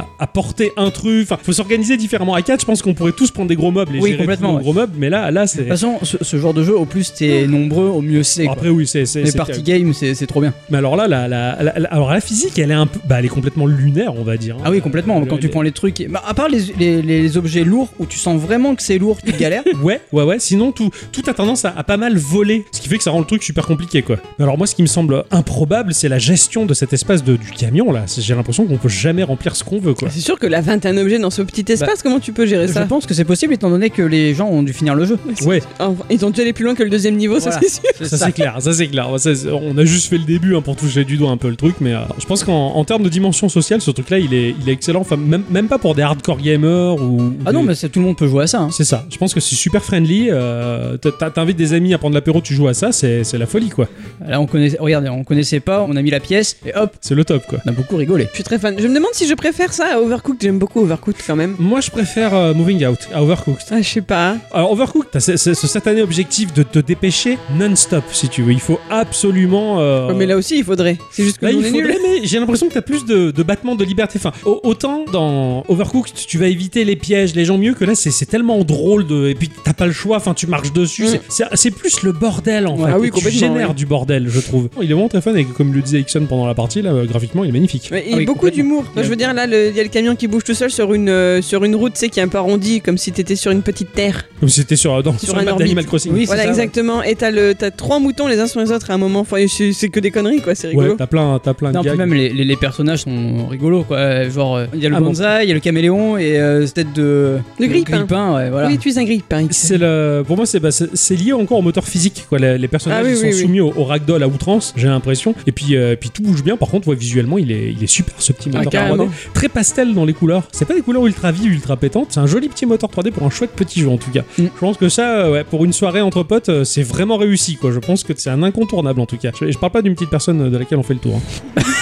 C: à- à porter un truc. Enfin, faut s'organiser différemment. À 4, je pense qu'on pourrait tous prendre des gros meubles et
B: Oui,
C: gérer tous
B: complètement,
C: nos
B: ouais.
C: gros meubles, mais là, là c'est.
B: De toute façon, ce, ce genre de jeu, au plus t'es nombreux, au mieux c'est.
C: Alors
B: quoi.
C: Après, oui, c'est. c'est,
B: Les
C: c'est
B: party games, Ah. c'est c'est trop bien.
C: Mais alors là, la, la- la- la- alors la physique, elle est un peu, bah, elle est complètement lunaire, on va dire. hein.
B: Ah oui, complètement.
C: Euh,
B: Quand tu
C: les-
B: prends les trucs. bah, à part les, les- les objets lourds où tu sens vraiment que c'est lourd, tu galères.
C: Ouais, ouais, ouais. Sinon, tout, tout a tendance à, à pas mal voler, ce qui fait que ça rend le truc super compliqué, quoi. Mais Alors moi, ce qui me semble improbable, c'est la gestion de cet espace de, du camion là. C'est- J'ai l'impression qu'on peut jamais remplir ce qu'on veut, quoi.
A: C'est sûr que la 21 objets dans ce petit espace, comment tu peux gérer
B: Bah. Je
A: ça
B: pense que c'est possible étant donné que les gens ont dû finir le jeu.
C: Ouais,
A: Oh, Ils ont dû aller plus loin que le deuxième niveau, ça
B: Voilà.
A: c'est sûr.
C: ça c'est clair, ça c'est clair. Ça, c'est- on a juste fait le début hein, pour toucher du doigt un peu le truc, mais euh, je pense qu'en en termes de dimension sociale, ce truc-là, il est, il est excellent. Enfin, même, même pas pour des hardcore gamers ou.
B: Ah non,
C: des-
B: mais c'est- tout le monde peut jouer à ça. hein.
C: C'est ça. Je pense que c'est super friendly. euh, t'a- t'a- T'invites des amis à prendre l'apéro, tu joues à ça, c'est c'est la folie, quoi.
B: Là, on connaissait. Regardez, on connaissait pas, on a mis la pièce et hop,
C: C'est le top, quoi.
B: on a beaucoup rigolé.
A: Je suis très fan. Je me demande si je préfère ça à Overcooked. J'aime beaucoup Overcooked quand même.
C: Moi, je préfère euh, Moving Out à Overcooked.
A: Ah, je sais pas.
C: Alors, Overcooked, t'as ce, ce- ce satané objectif de te dépêcher non-stop, si tu veux. Il faut absolument. euh,
A: Ouais, mais là aussi, il faudrait. C'est juste que
C: Là,
A: nous,
C: il
A: on est nuls.
C: faudrait, mais j'ai l'impression que t'as plus de, de battements de liberté. Enfin, au- autant dans Overcooked, tu vas éviter les pièges, les gens mieux que là, c'est c'est tellement drôle de. Et puis t'as pas le choix, enfin, tu marches dessus.
A: Mm.
C: C'est- C'est c'est plus le bordel en
A: Ouais,
C: fait.
A: ah oui,
C: Et tu
A: complètement,
C: génères
A: oui.
C: du bordel, je trouve. Il est vraiment très fun et comme le disait Ixon pendant la partie, là, euh, graphiquement, il est magnifique.
A: Ouais, et
B: Ah oui,
A: beaucoup
B: complètement.
A: d'humour. Enfin, je veux dire, là, le- il y a le camion qui bouge tout seul sur une, euh, sur une route, tu sais, qui est un peu arrondie, comme si t'étais sur une petite terre.
C: Comme si c'était sur, dans-
A: Sur
C: sur le
A: un
C: map
A: orbite.
C: d'Animal Crossing.
B: Oui, c'est
A: Voilà,
B: ça, ouais.
A: exactement. Et t'as le- t'as trois moutons les uns sur les autres à un moment. Enfin, c'est c'est que des conneries, quoi. C'est rigolo.
C: Ouais, t'as plein, t'as plein
B: Non,
C: de
B: puis
C: gags.
B: même les, les- les personnages sont rigolos quoi. Euh, Genre, euh, il y a le
C: Ah bon.
B: bonsaï, il y a le caméléon et euh, cette tête de.
A: Le grippin.
B: ouais, voilà.
A: Oui, tu es un grippin.
C: C'est le, pour moi, c'est bah, c'est c'est lié encore au moteur physique. Quoi. Les, les personnages
A: Ah oui,
C: ils sont
A: oui, oui.
C: soumis au, au ragdoll à outrance, j'ai l'impression. Et puis, euh, puis tout bouge bien. Par contre, ouais, visuellement, il est, il est super ce petit moteur 3D.
A: Ah, carrément.
C: Très pastel dans les couleurs. C'est pas des couleurs ultra vives, ultra pétantes. C'est un joli petit moteur 3D pour un chouette petit jeu en tout cas.
B: Mm.
C: Je pense que ça, euh, ouais, pour une soirée entre potes, euh, c'est vraiment réussi. Quoi. Je pense que c'est un incontournable en tout cas. Je, je parle pas d'une petite personne euh, de laquelle on fait le tour. hein.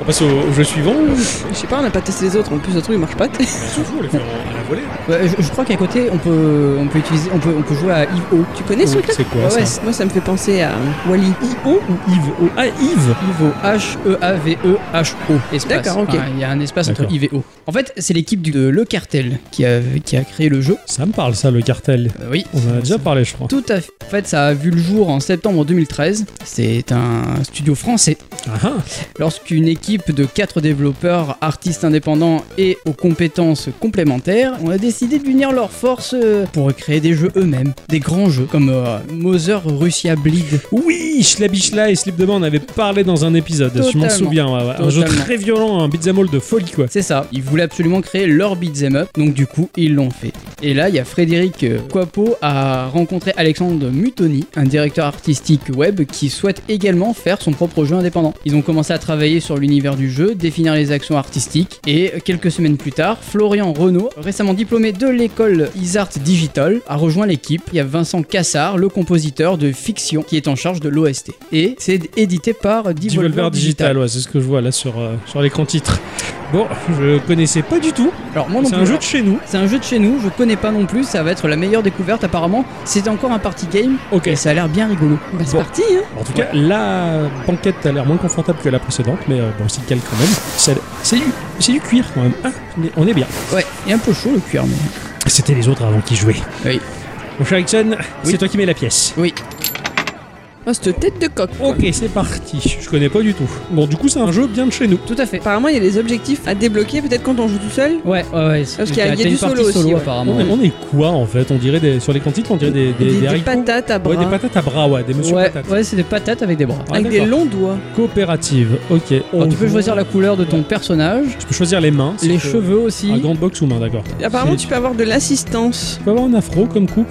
C: on passe au, au jeu suivant.
A: Je sais pas, on n'a pas testé les autres. En plus, le truc il marche pas.
C: on les fait à la volée.
B: Ouais, je, je crois qu'à côté, on peut, on peut utiliser, on peut, on peut jouer à Ivo.
A: tu connais ce truc-là
C: C'est quoi
B: Ah
C: ça
B: ouais,
A: Ouais, Moi, ça me fait penser à Wally.
C: I.O. ou Yves Oh, Ah, Yves
B: Ivo H E A V E H O. Espace.
A: D'accord, ok.
B: Ah, Il y a un espace entre
C: D'accord.
B: I V O. En fait, c'est l'équipe du- de Le Cartel qui a, qui a créé le jeu.
C: Ça me parle, ça, le cartel.
B: Euh, oui.
C: On en a déjà parlé, je crois.
B: Tout à fait. En fait, ça a vu le jour en septembre 2013. C'est un studio français
C: Ah, ah.
B: Lorsqu'une équipe de 4 développeurs, artistes indépendants et aux compétences complémentaires ont décidé d'unir leurs forces euh, pour créer des jeux eux-mêmes, des grands jeux comme euh, Mother Russia Bleed.
C: Oui, Schlabichla et Slip de Bain, on avait parlé dans un épisode, je m'en
B: Totalement.
C: souviens. ouais, ouais. Un jeu
B: Totalement.
C: très violent, un beat'em all de folie, quoi.
B: C'est ça, ils voulaient absolument créer leur beat'em up, donc du coup ils l'ont fait. Et là, il y a Frédéric euh, Coipot a rencontré Alexandre Mutoni, un directeur artistique web qui souhaite également faire son propre jeu indépendant. Ils ont commencé à travailler sur l'univers du jeu, définir les actions artistiques, et euh, quelques semaines plus tard, Florian Renaud, récemment diplômé de l'école Isart Digital, a rejoint l'équipe. Il y a Vincent Cassard, le compositeur de fiction, qui est en charge de l'OST. Et c'est édité par Devolver, Digital.
C: Devolver Digital, ouais, c'est ce que je vois là sur, euh, sur l'écran titre. Bon, je connaissais pas du tout.
B: Alors moi non
C: C'est un
B: plus,
C: jeu de chez nous.
B: C'est un jeu de chez nous, je connais pas non plus, ça va être la meilleure découverte apparemment. C'est encore un party game
C: Ok.
B: et ça a l'air bien rigolo.
A: Bah, c'est
C: Bon.
A: parti, hein.
C: En tout cas, la banquette a l'air moins confortable que la précédente, mais euh, bon, c'est le calme quand même. Ça- C'est du, c'est du cuir quand même. Ah, on est- on est bien.
B: Ouais, et un peu chaud le cuir, mais.
C: C'était les autres avant qui jouaient.
B: Oui.
C: Mon cher Ixon,
B: Oui.
C: c'est toi qui mets la pièce.
B: Oui,
A: Oh, cette tête de coq. quoi.
C: Ok, c'est parti. Je connais pas du tout. Bon, du coup, c'est un jeu bien de chez nous.
B: tout à fait.
A: Apparemment, il y a des objectifs à débloquer, peut-être quand on joue tout seul.
B: Ouais, ouais, ouais.
A: Parce qu'il y a-
B: t'as-
A: il y a
B: t'as
A: du
B: une
A: solo
B: partie
A: aussi, ouais.
B: apparemment.
C: On est, on est quoi en fait On dirait des, sur les cantines, on dirait des, des,
A: Des,
C: des
A: des
C: haricots.
A: patates à bras.
C: Ouais, des patates à bras, ouais, des monsieur
B: Ouais,
C: patates.
B: ouais, c'est des patates avec des bras.
C: Ah,
A: avec des
C: d'accord.
A: longs doigts.
C: Coopérative, ok.
B: Alors,
C: On
B: tu peux
C: joue-
B: choisir la couleur de ton personnage,
C: Tu peux choisir les mains.
B: les
C: si tu veux.
B: cheveux aussi.
C: Ah, grande box ou main, d'accord.
A: Et Apparemment,
C: C'est-
A: tu peux avoir de l'assistance.
C: tu peux avoir un afro comme coupe.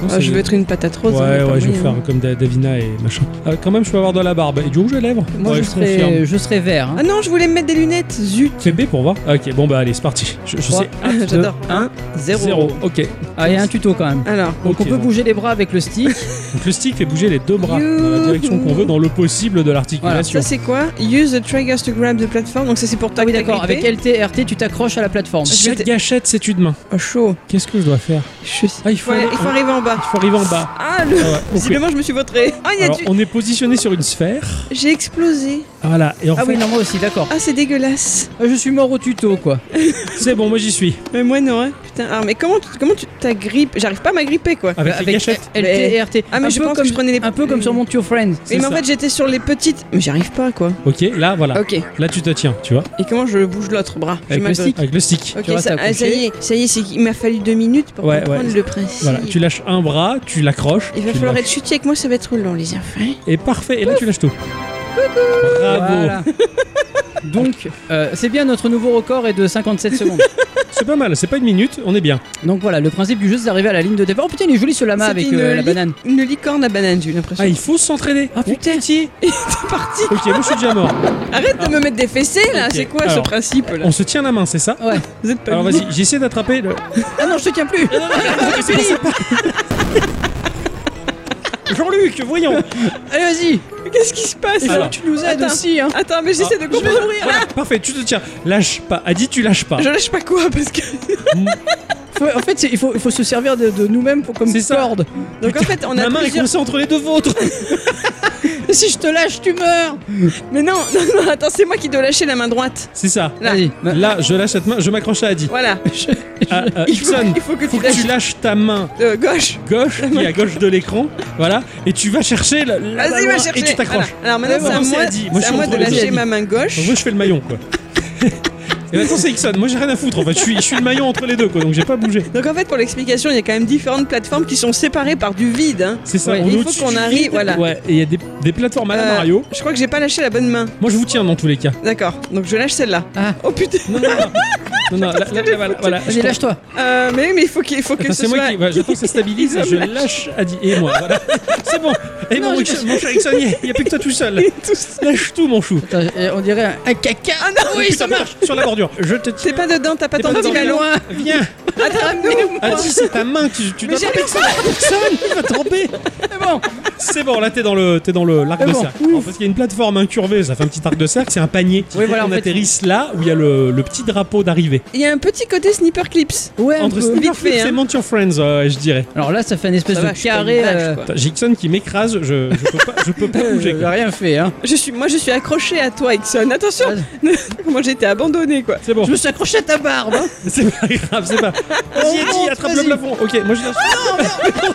C: Non,
A: Ah,
C: c'est-
A: je veux être une patate rose. hein,
C: Ouais,
A: mais pas
C: ouais, je vais
A: moyen.
C: faire comme Da- Davina et machin. Ah, quand même, je peux avoir de la barbe et du rouge à lèvres.
B: Moi
C: Ouais,
B: je,
C: confirme.
B: serais, je serais vert. hein.
A: Ah non, je voulais me mettre des lunettes. Zut.
C: Fais B pour voir. Ok, bon bah allez, c'est parti. Je, je
B: Trois,
C: sais.
A: J'adore.
B: 1, 0.
C: Zéro. Ok.
B: Ah, il y a un tuto quand même.
A: Alors,
B: Donc
C: Ok,
B: on peut
C: bon.
B: bouger les bras avec le stick. Ah
C: Donc le stick fait bouger les deux bras dans la direction qu'on veut, dans le possible de l'articulation.
A: ça c'est quoi Use the triggers to grab the platform. Donc ça c'est pour
B: Ah oui
A: t'agripper.
B: d'accord, avec LT, RT tu t'accroches à la plateforme.
C: Chaque
A: J'étais-
C: gâchette, c'est une main.
A: Oh, chaud.
C: Qu'est-ce que je dois faire
A: Je sais-
C: Ah, il faut,
A: Ouais,
C: aller-
A: il faut arriver en bas.
C: il faut arriver en bas.
A: Ah, le...
C: Ah ouais, ok.
A: Visiblement, je me suis vautré. Ah, il y a
C: Alors,
A: du...
C: on est positionné sur une sphère.
A: J'ai explosé.
C: Voilà. Et en
B: Ah
C: fait,
B: oui, non, moi aussi, d'accord.
A: Ah, c'est dégueulasse.
B: Ah, Je suis mort au tuto, quoi.
C: c'est bon, moi j'y suis.
A: Mais moi, non, hein. Putain, ah, mais comment tu comment tu t'agrippes J'arrive pas à m'agripper, quoi.
C: Avec, les gâchettes.
B: LT
A: Mais-
B: et RT.
A: Ah, mais
B: un
A: je
B: peu
A: pense
B: comme,
A: que je prenais les...
B: Un peu comme sur mon Your Friend.
A: Mais,
C: c'est
A: en
C: ça.
A: fait, j'étais sur les petites. Mais j'arrive pas, quoi.
C: Ok, là, voilà.
A: Ok. Et
C: Là, tu te tiens, tu vois,
A: comment je bouge l'autre bras Je
B: Avec le
A: m'adore.
B: stick.
C: avec le stick.
A: Ok,
B: Tu vois,
A: ça,
B: t'as
A: ah, ça
B: accroché.
A: y est, ça y est, c'est qu'il m'a fallu deux minutes pour
C: Ouais,
A: comprendre
C: ouais.
A: le principe.
C: Voilà, tu lâches un bras, tu l'accroches.
A: Il va
C: tu
A: falloir
C: lâches-
A: être chuté avec moi, ça va être long, les enfants.
C: Et parfait, et là, tu lâches tout. Bravo.
B: Voilà. Donc, euh, c'est bien, notre nouveau record est de 57 secondes.
C: C'est pas mal, c'est pas une minute, on est bien.
B: Donc voilà, le principe du jeu, c'est d'arriver à la ligne de départ. Oh putain, il est joli ce lama
A: C'était
B: avec
A: une
B: euh, la
A: ligne.
B: banane.
A: Une licorne à banane, j'ai eu l'impression.
C: Ah, il faut s'entraîner.
A: Ah putain,
C: Pitié.
A: c'est parti
C: Ok, moi je suis déjà mort.
A: Arrête de me mettre des fessées là,
C: Ah. Ok,
A: c'est quoi ce
C: alors,
A: principe là
C: On se tient la main, c'est ça
B: Ouais.
A: Vous êtes pas
C: Alors
A: venus
C: vas-y, j'essaie d'attraper le.
B: Ah non, je te tiens plus.
C: C'est pas- c'est pas- Jean-Luc, voyons.
B: Allez, vas-y.
A: Qu'est-ce qui se passe
B: Il faut
C: Alors,
B: que tu nous aides
A: attends.
B: aussi. Hein.
A: Attends, mais j'essaie de
C: Ah, je vais-
A: comprendre.
C: Voilà, parfait, tu te tiens. Lâche pas. Adi, tu lâches pas.
A: Je lâche pas quoi parce que.
B: Faut- en fait, c'est- il faut, il faut se servir de, de nous-mêmes pour comme
C: C'est ça.
B: corde.
A: Donc en fait, on a
C: Ma main est
A: plusieurs.
C: coincée entre les deux vôtres.
B: Si je te lâche, tu meurs.
A: Mais non, non, non, attends, c'est moi qui dois lâcher la main droite.
C: C'est ça.
A: Là.
B: Vas-y. Ma-
C: Là, je lâche cette main, je m'accroche à Adi.
A: Voilà.
C: Ah, euh,
A: il, faut,
C: Ixon,
A: il faut que
C: faut
A: tu
C: que
A: lâches
C: tu lâches ta main
A: de gauche.
C: gauche qui est à gauche de l'écran. Voilà. Et tu vas chercher la. la
A: Vas-y,
C: loi
A: va chercher.
C: Et tu t'accroches.
A: Voilà. Alors maintenant,
C: Moi, c'est
A: c'est à moi,
C: Adi. Moi, je
A: c'est à
C: suis
A: moi
C: entre
A: de
C: les deux.
A: lâcher ma main
C: Moi,
A: gauche.
C: je fais le maillon, quoi. Et maintenant, c'est Ixon. Moi, j'ai rien à foutre. En fait, je suis, je suis le maillon entre les deux, quoi. Donc, j'ai pas bougé.
A: Donc en fait, pour l'explication, il y a quand même différentes plateformes qui sont séparées par du vide. hein.
C: C'est ça.
B: Ouais,
C: on
A: il
C: est
A: faut
C: au-dessus
A: qu'on
C: du
A: arrive,
C: vide.
A: voilà.
C: Ouais. Et il y a des, des plateformes à la
A: Euh,
C: Mario.
A: Je crois que j'ai pas lâché la bonne main.
C: Moi, je vous tiens dans tous les cas.
A: D'accord, donc je lâche celle-là.
B: Ah.
A: Oh putain
C: Non, non, non. non, non, là- là, voilà, voilà.
B: Vas-y, lâche-toi.
A: Euh, Mais oui, mais il faut qu'il faut que
C: Attends,
A: ce
C: c'est
A: soit...
C: moi qui. voilà, J'attends que ça stabilise et je lâche Adi. Et moi, voilà. C'est bon. Et
B: Non,
C: mon,
B: je-
C: Ixon- mon cher Ixon, il n'y a plus que toi tout seul.
A: Tout ça.
C: Lâche tout, mon chou.
B: Attends, euh, on dirait un- un caca.
A: Ah non, oui,
C: Putain, marche sur la bordure. Je te
A: T'es
C: tiens.
A: pas dedans, t'as pas
C: T'es pas
A: ton petit
C: dedans.
A: ballon.
B: loin.
C: Viens.
A: Attrape-nous
C: Ah, si, c'est ta main. Tu, tu
A: Mais
C: dois
A: j'arrive
C: tromper Ixon. Ixon, il va tromper.
B: C'est bon.
C: C'est bon, là, t'es dans le, t'es dans le l'arc
B: Ah
C: de
B: bon,
C: cercle. Alors, parce qu'il y a une plateforme incurvée, ça fait un petit arc de cercle, c'est un panier.
B: Oui, voilà,
C: on
B: en fait,
C: atterrisse là où il y a le, le petit drapeau d'arrivée.
A: Il y a un petit côté sniper clips.
B: Ouais, un
C: Entre
B: peu.
C: Sniper
A: vite fait,
C: Clips
A: hein.
C: et Mount Your Friends, euh, je dirais.
B: Alors là, ça fait un espèce
A: Ça
B: de
A: va, je suis
B: carré.
A: une vache,
B: euh,
A: quoi.
C: Putain, Jixon qui m'écrase, je, je peux pas, je peux pas
B: euh,
C: bouger.
B: J'ai
C: quoi.
B: rien fait, hein.
A: Je suis, moi, je suis accroché à toi, Ixon. Attention, moi j'étais abandonné quoi.
C: C'est bon,
B: Je me suis accroché à ta barbe. hein.
C: c'est pas grave, c'est pas. Vas-y,
B: On
C: Eddie,
B: monte,
C: attrape le
B: vas-y.
C: plafond. Ok, moi je lâche.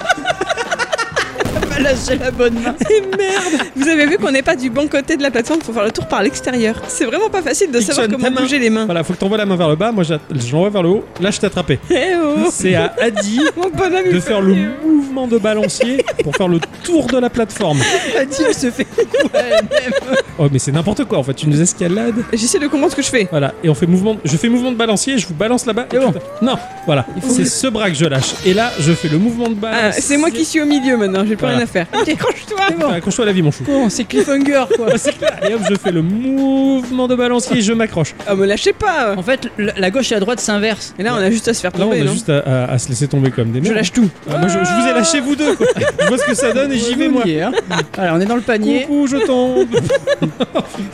B: Pas lâché la bonne main.
A: Et merde Vous avez vu qu'on n'est pas du bon côté de la plateforme, faut faire le tour par l'extérieur. C'est vraiment pas facile de
C: Ixon,
A: savoir
C: ta
A: comment
C: main.
A: bouger les mains.
C: Voilà, faut que t'envoies la main vers le bas, moi j'a- je l'envoie vers le haut. Là, je t'ai attrapé.
A: Eh oh
C: C'est à Adi
A: Mon bonhomme, il
C: de
A: fait
C: faire le
A: mieux.
C: mouvement de balancier pour faire le tour de la plateforme.
B: Adil se fait elle-même.
C: Oh, mais c'est n'importe quoi en fait, une escalade.
A: J'essaie de comprendre ce que je fais.
C: Voilà, et on fait mouvement. Je fais mouvement de balancier, je vous balance là-bas.
B: C'est bon.
C: Non, voilà.
B: Il faut
C: C'est
B: que-
C: ce bras que je lâche. Et là, je fais le mouvement de
A: Ah,
C: balance.
A: c'est moi qui suis au milieu maintenant, j'ai plus
C: Voilà.
A: rien à faire. Accroche-toi
C: Enfin, Bah, Accroche-toi à la vie, mon chou.
A: Oh.
B: Bon, c'est cliffhanger, quoi.
C: Et hop, je fais le mouvement de balancier, je m'accroche.
A: Ah, me lâchez pas
B: En fait, la la gauche et la droite s'inversent.
A: Et là, on a juste à se faire
C: Là, on
A: tomber,
C: a
A: Ah non
C: juste à, à- à se laisser tomber comme des
A: Je
C: merdes.
A: lâche tout.
C: Ah, moi, je, je vous ai lâché, vous deux. quoi. Je vois ce que ça donne et j'y vais, moi.
B: Hein. Voilà, on est dans le panier.
C: Coucou, je tombe.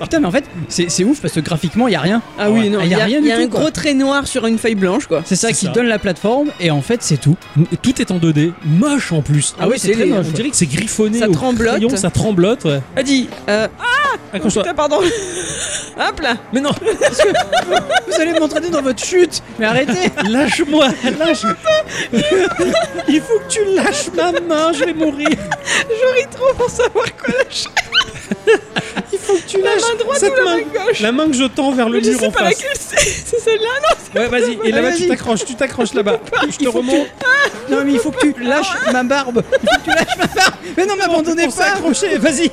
B: Putain, mais en fait, c'est c'est ouf parce que graphiquement, il y a rien.
A: Ah oui, non,
B: Ah, y a rien
A: Il y
B: du
A: a
B: tout,
A: un
B: quoi.
A: gros trait noir sur une feuille blanche, quoi.
B: C'est ça
C: C'est
B: qui
C: ça.
B: donne la plateforme et en fait, c'est tout.
C: Tout est en 2D, moche en plus.
A: Ah oui, c'est
B: très
A: les-
B: moche.
C: On dirait que c'est griffonné.
A: Ça
C: au
A: tremblote.
C: crayon, ça tremblote. ouais.
A: Adi euh,
C: Accroche-toi.
A: Putain, pardon Hop là
C: Mais non,
B: Vous allez m'entraîner dans votre chute. Mais arrêtez.
C: lâche-moi, lâche. Il faut que tu lâches ma main, je vais mourir.
A: Je ris trop pour savoir quoi lâcher
C: Il faut que tu
A: La
C: lâches
A: main droite
C: cette
A: ou la
C: main.
A: main gauche
C: La main que je tends vers le
A: Mais Je
C: mur
A: sais
C: en
A: pas
C: face.
A: laquelle c'est C'est celle-là, non
C: Ouais, vas-y. Et là-bas,
B: Vas-y.
C: tu t'accroches, tu t'accroches là-bas. Je te
B: Il faut que
C: remonte.
B: Non, mais il faut que tu lâches ma barbe. Il faut que tu lâches ma barbe. Mais non, m'abandonnez
C: On s'est
B: pas.
C: accroché, vas-y.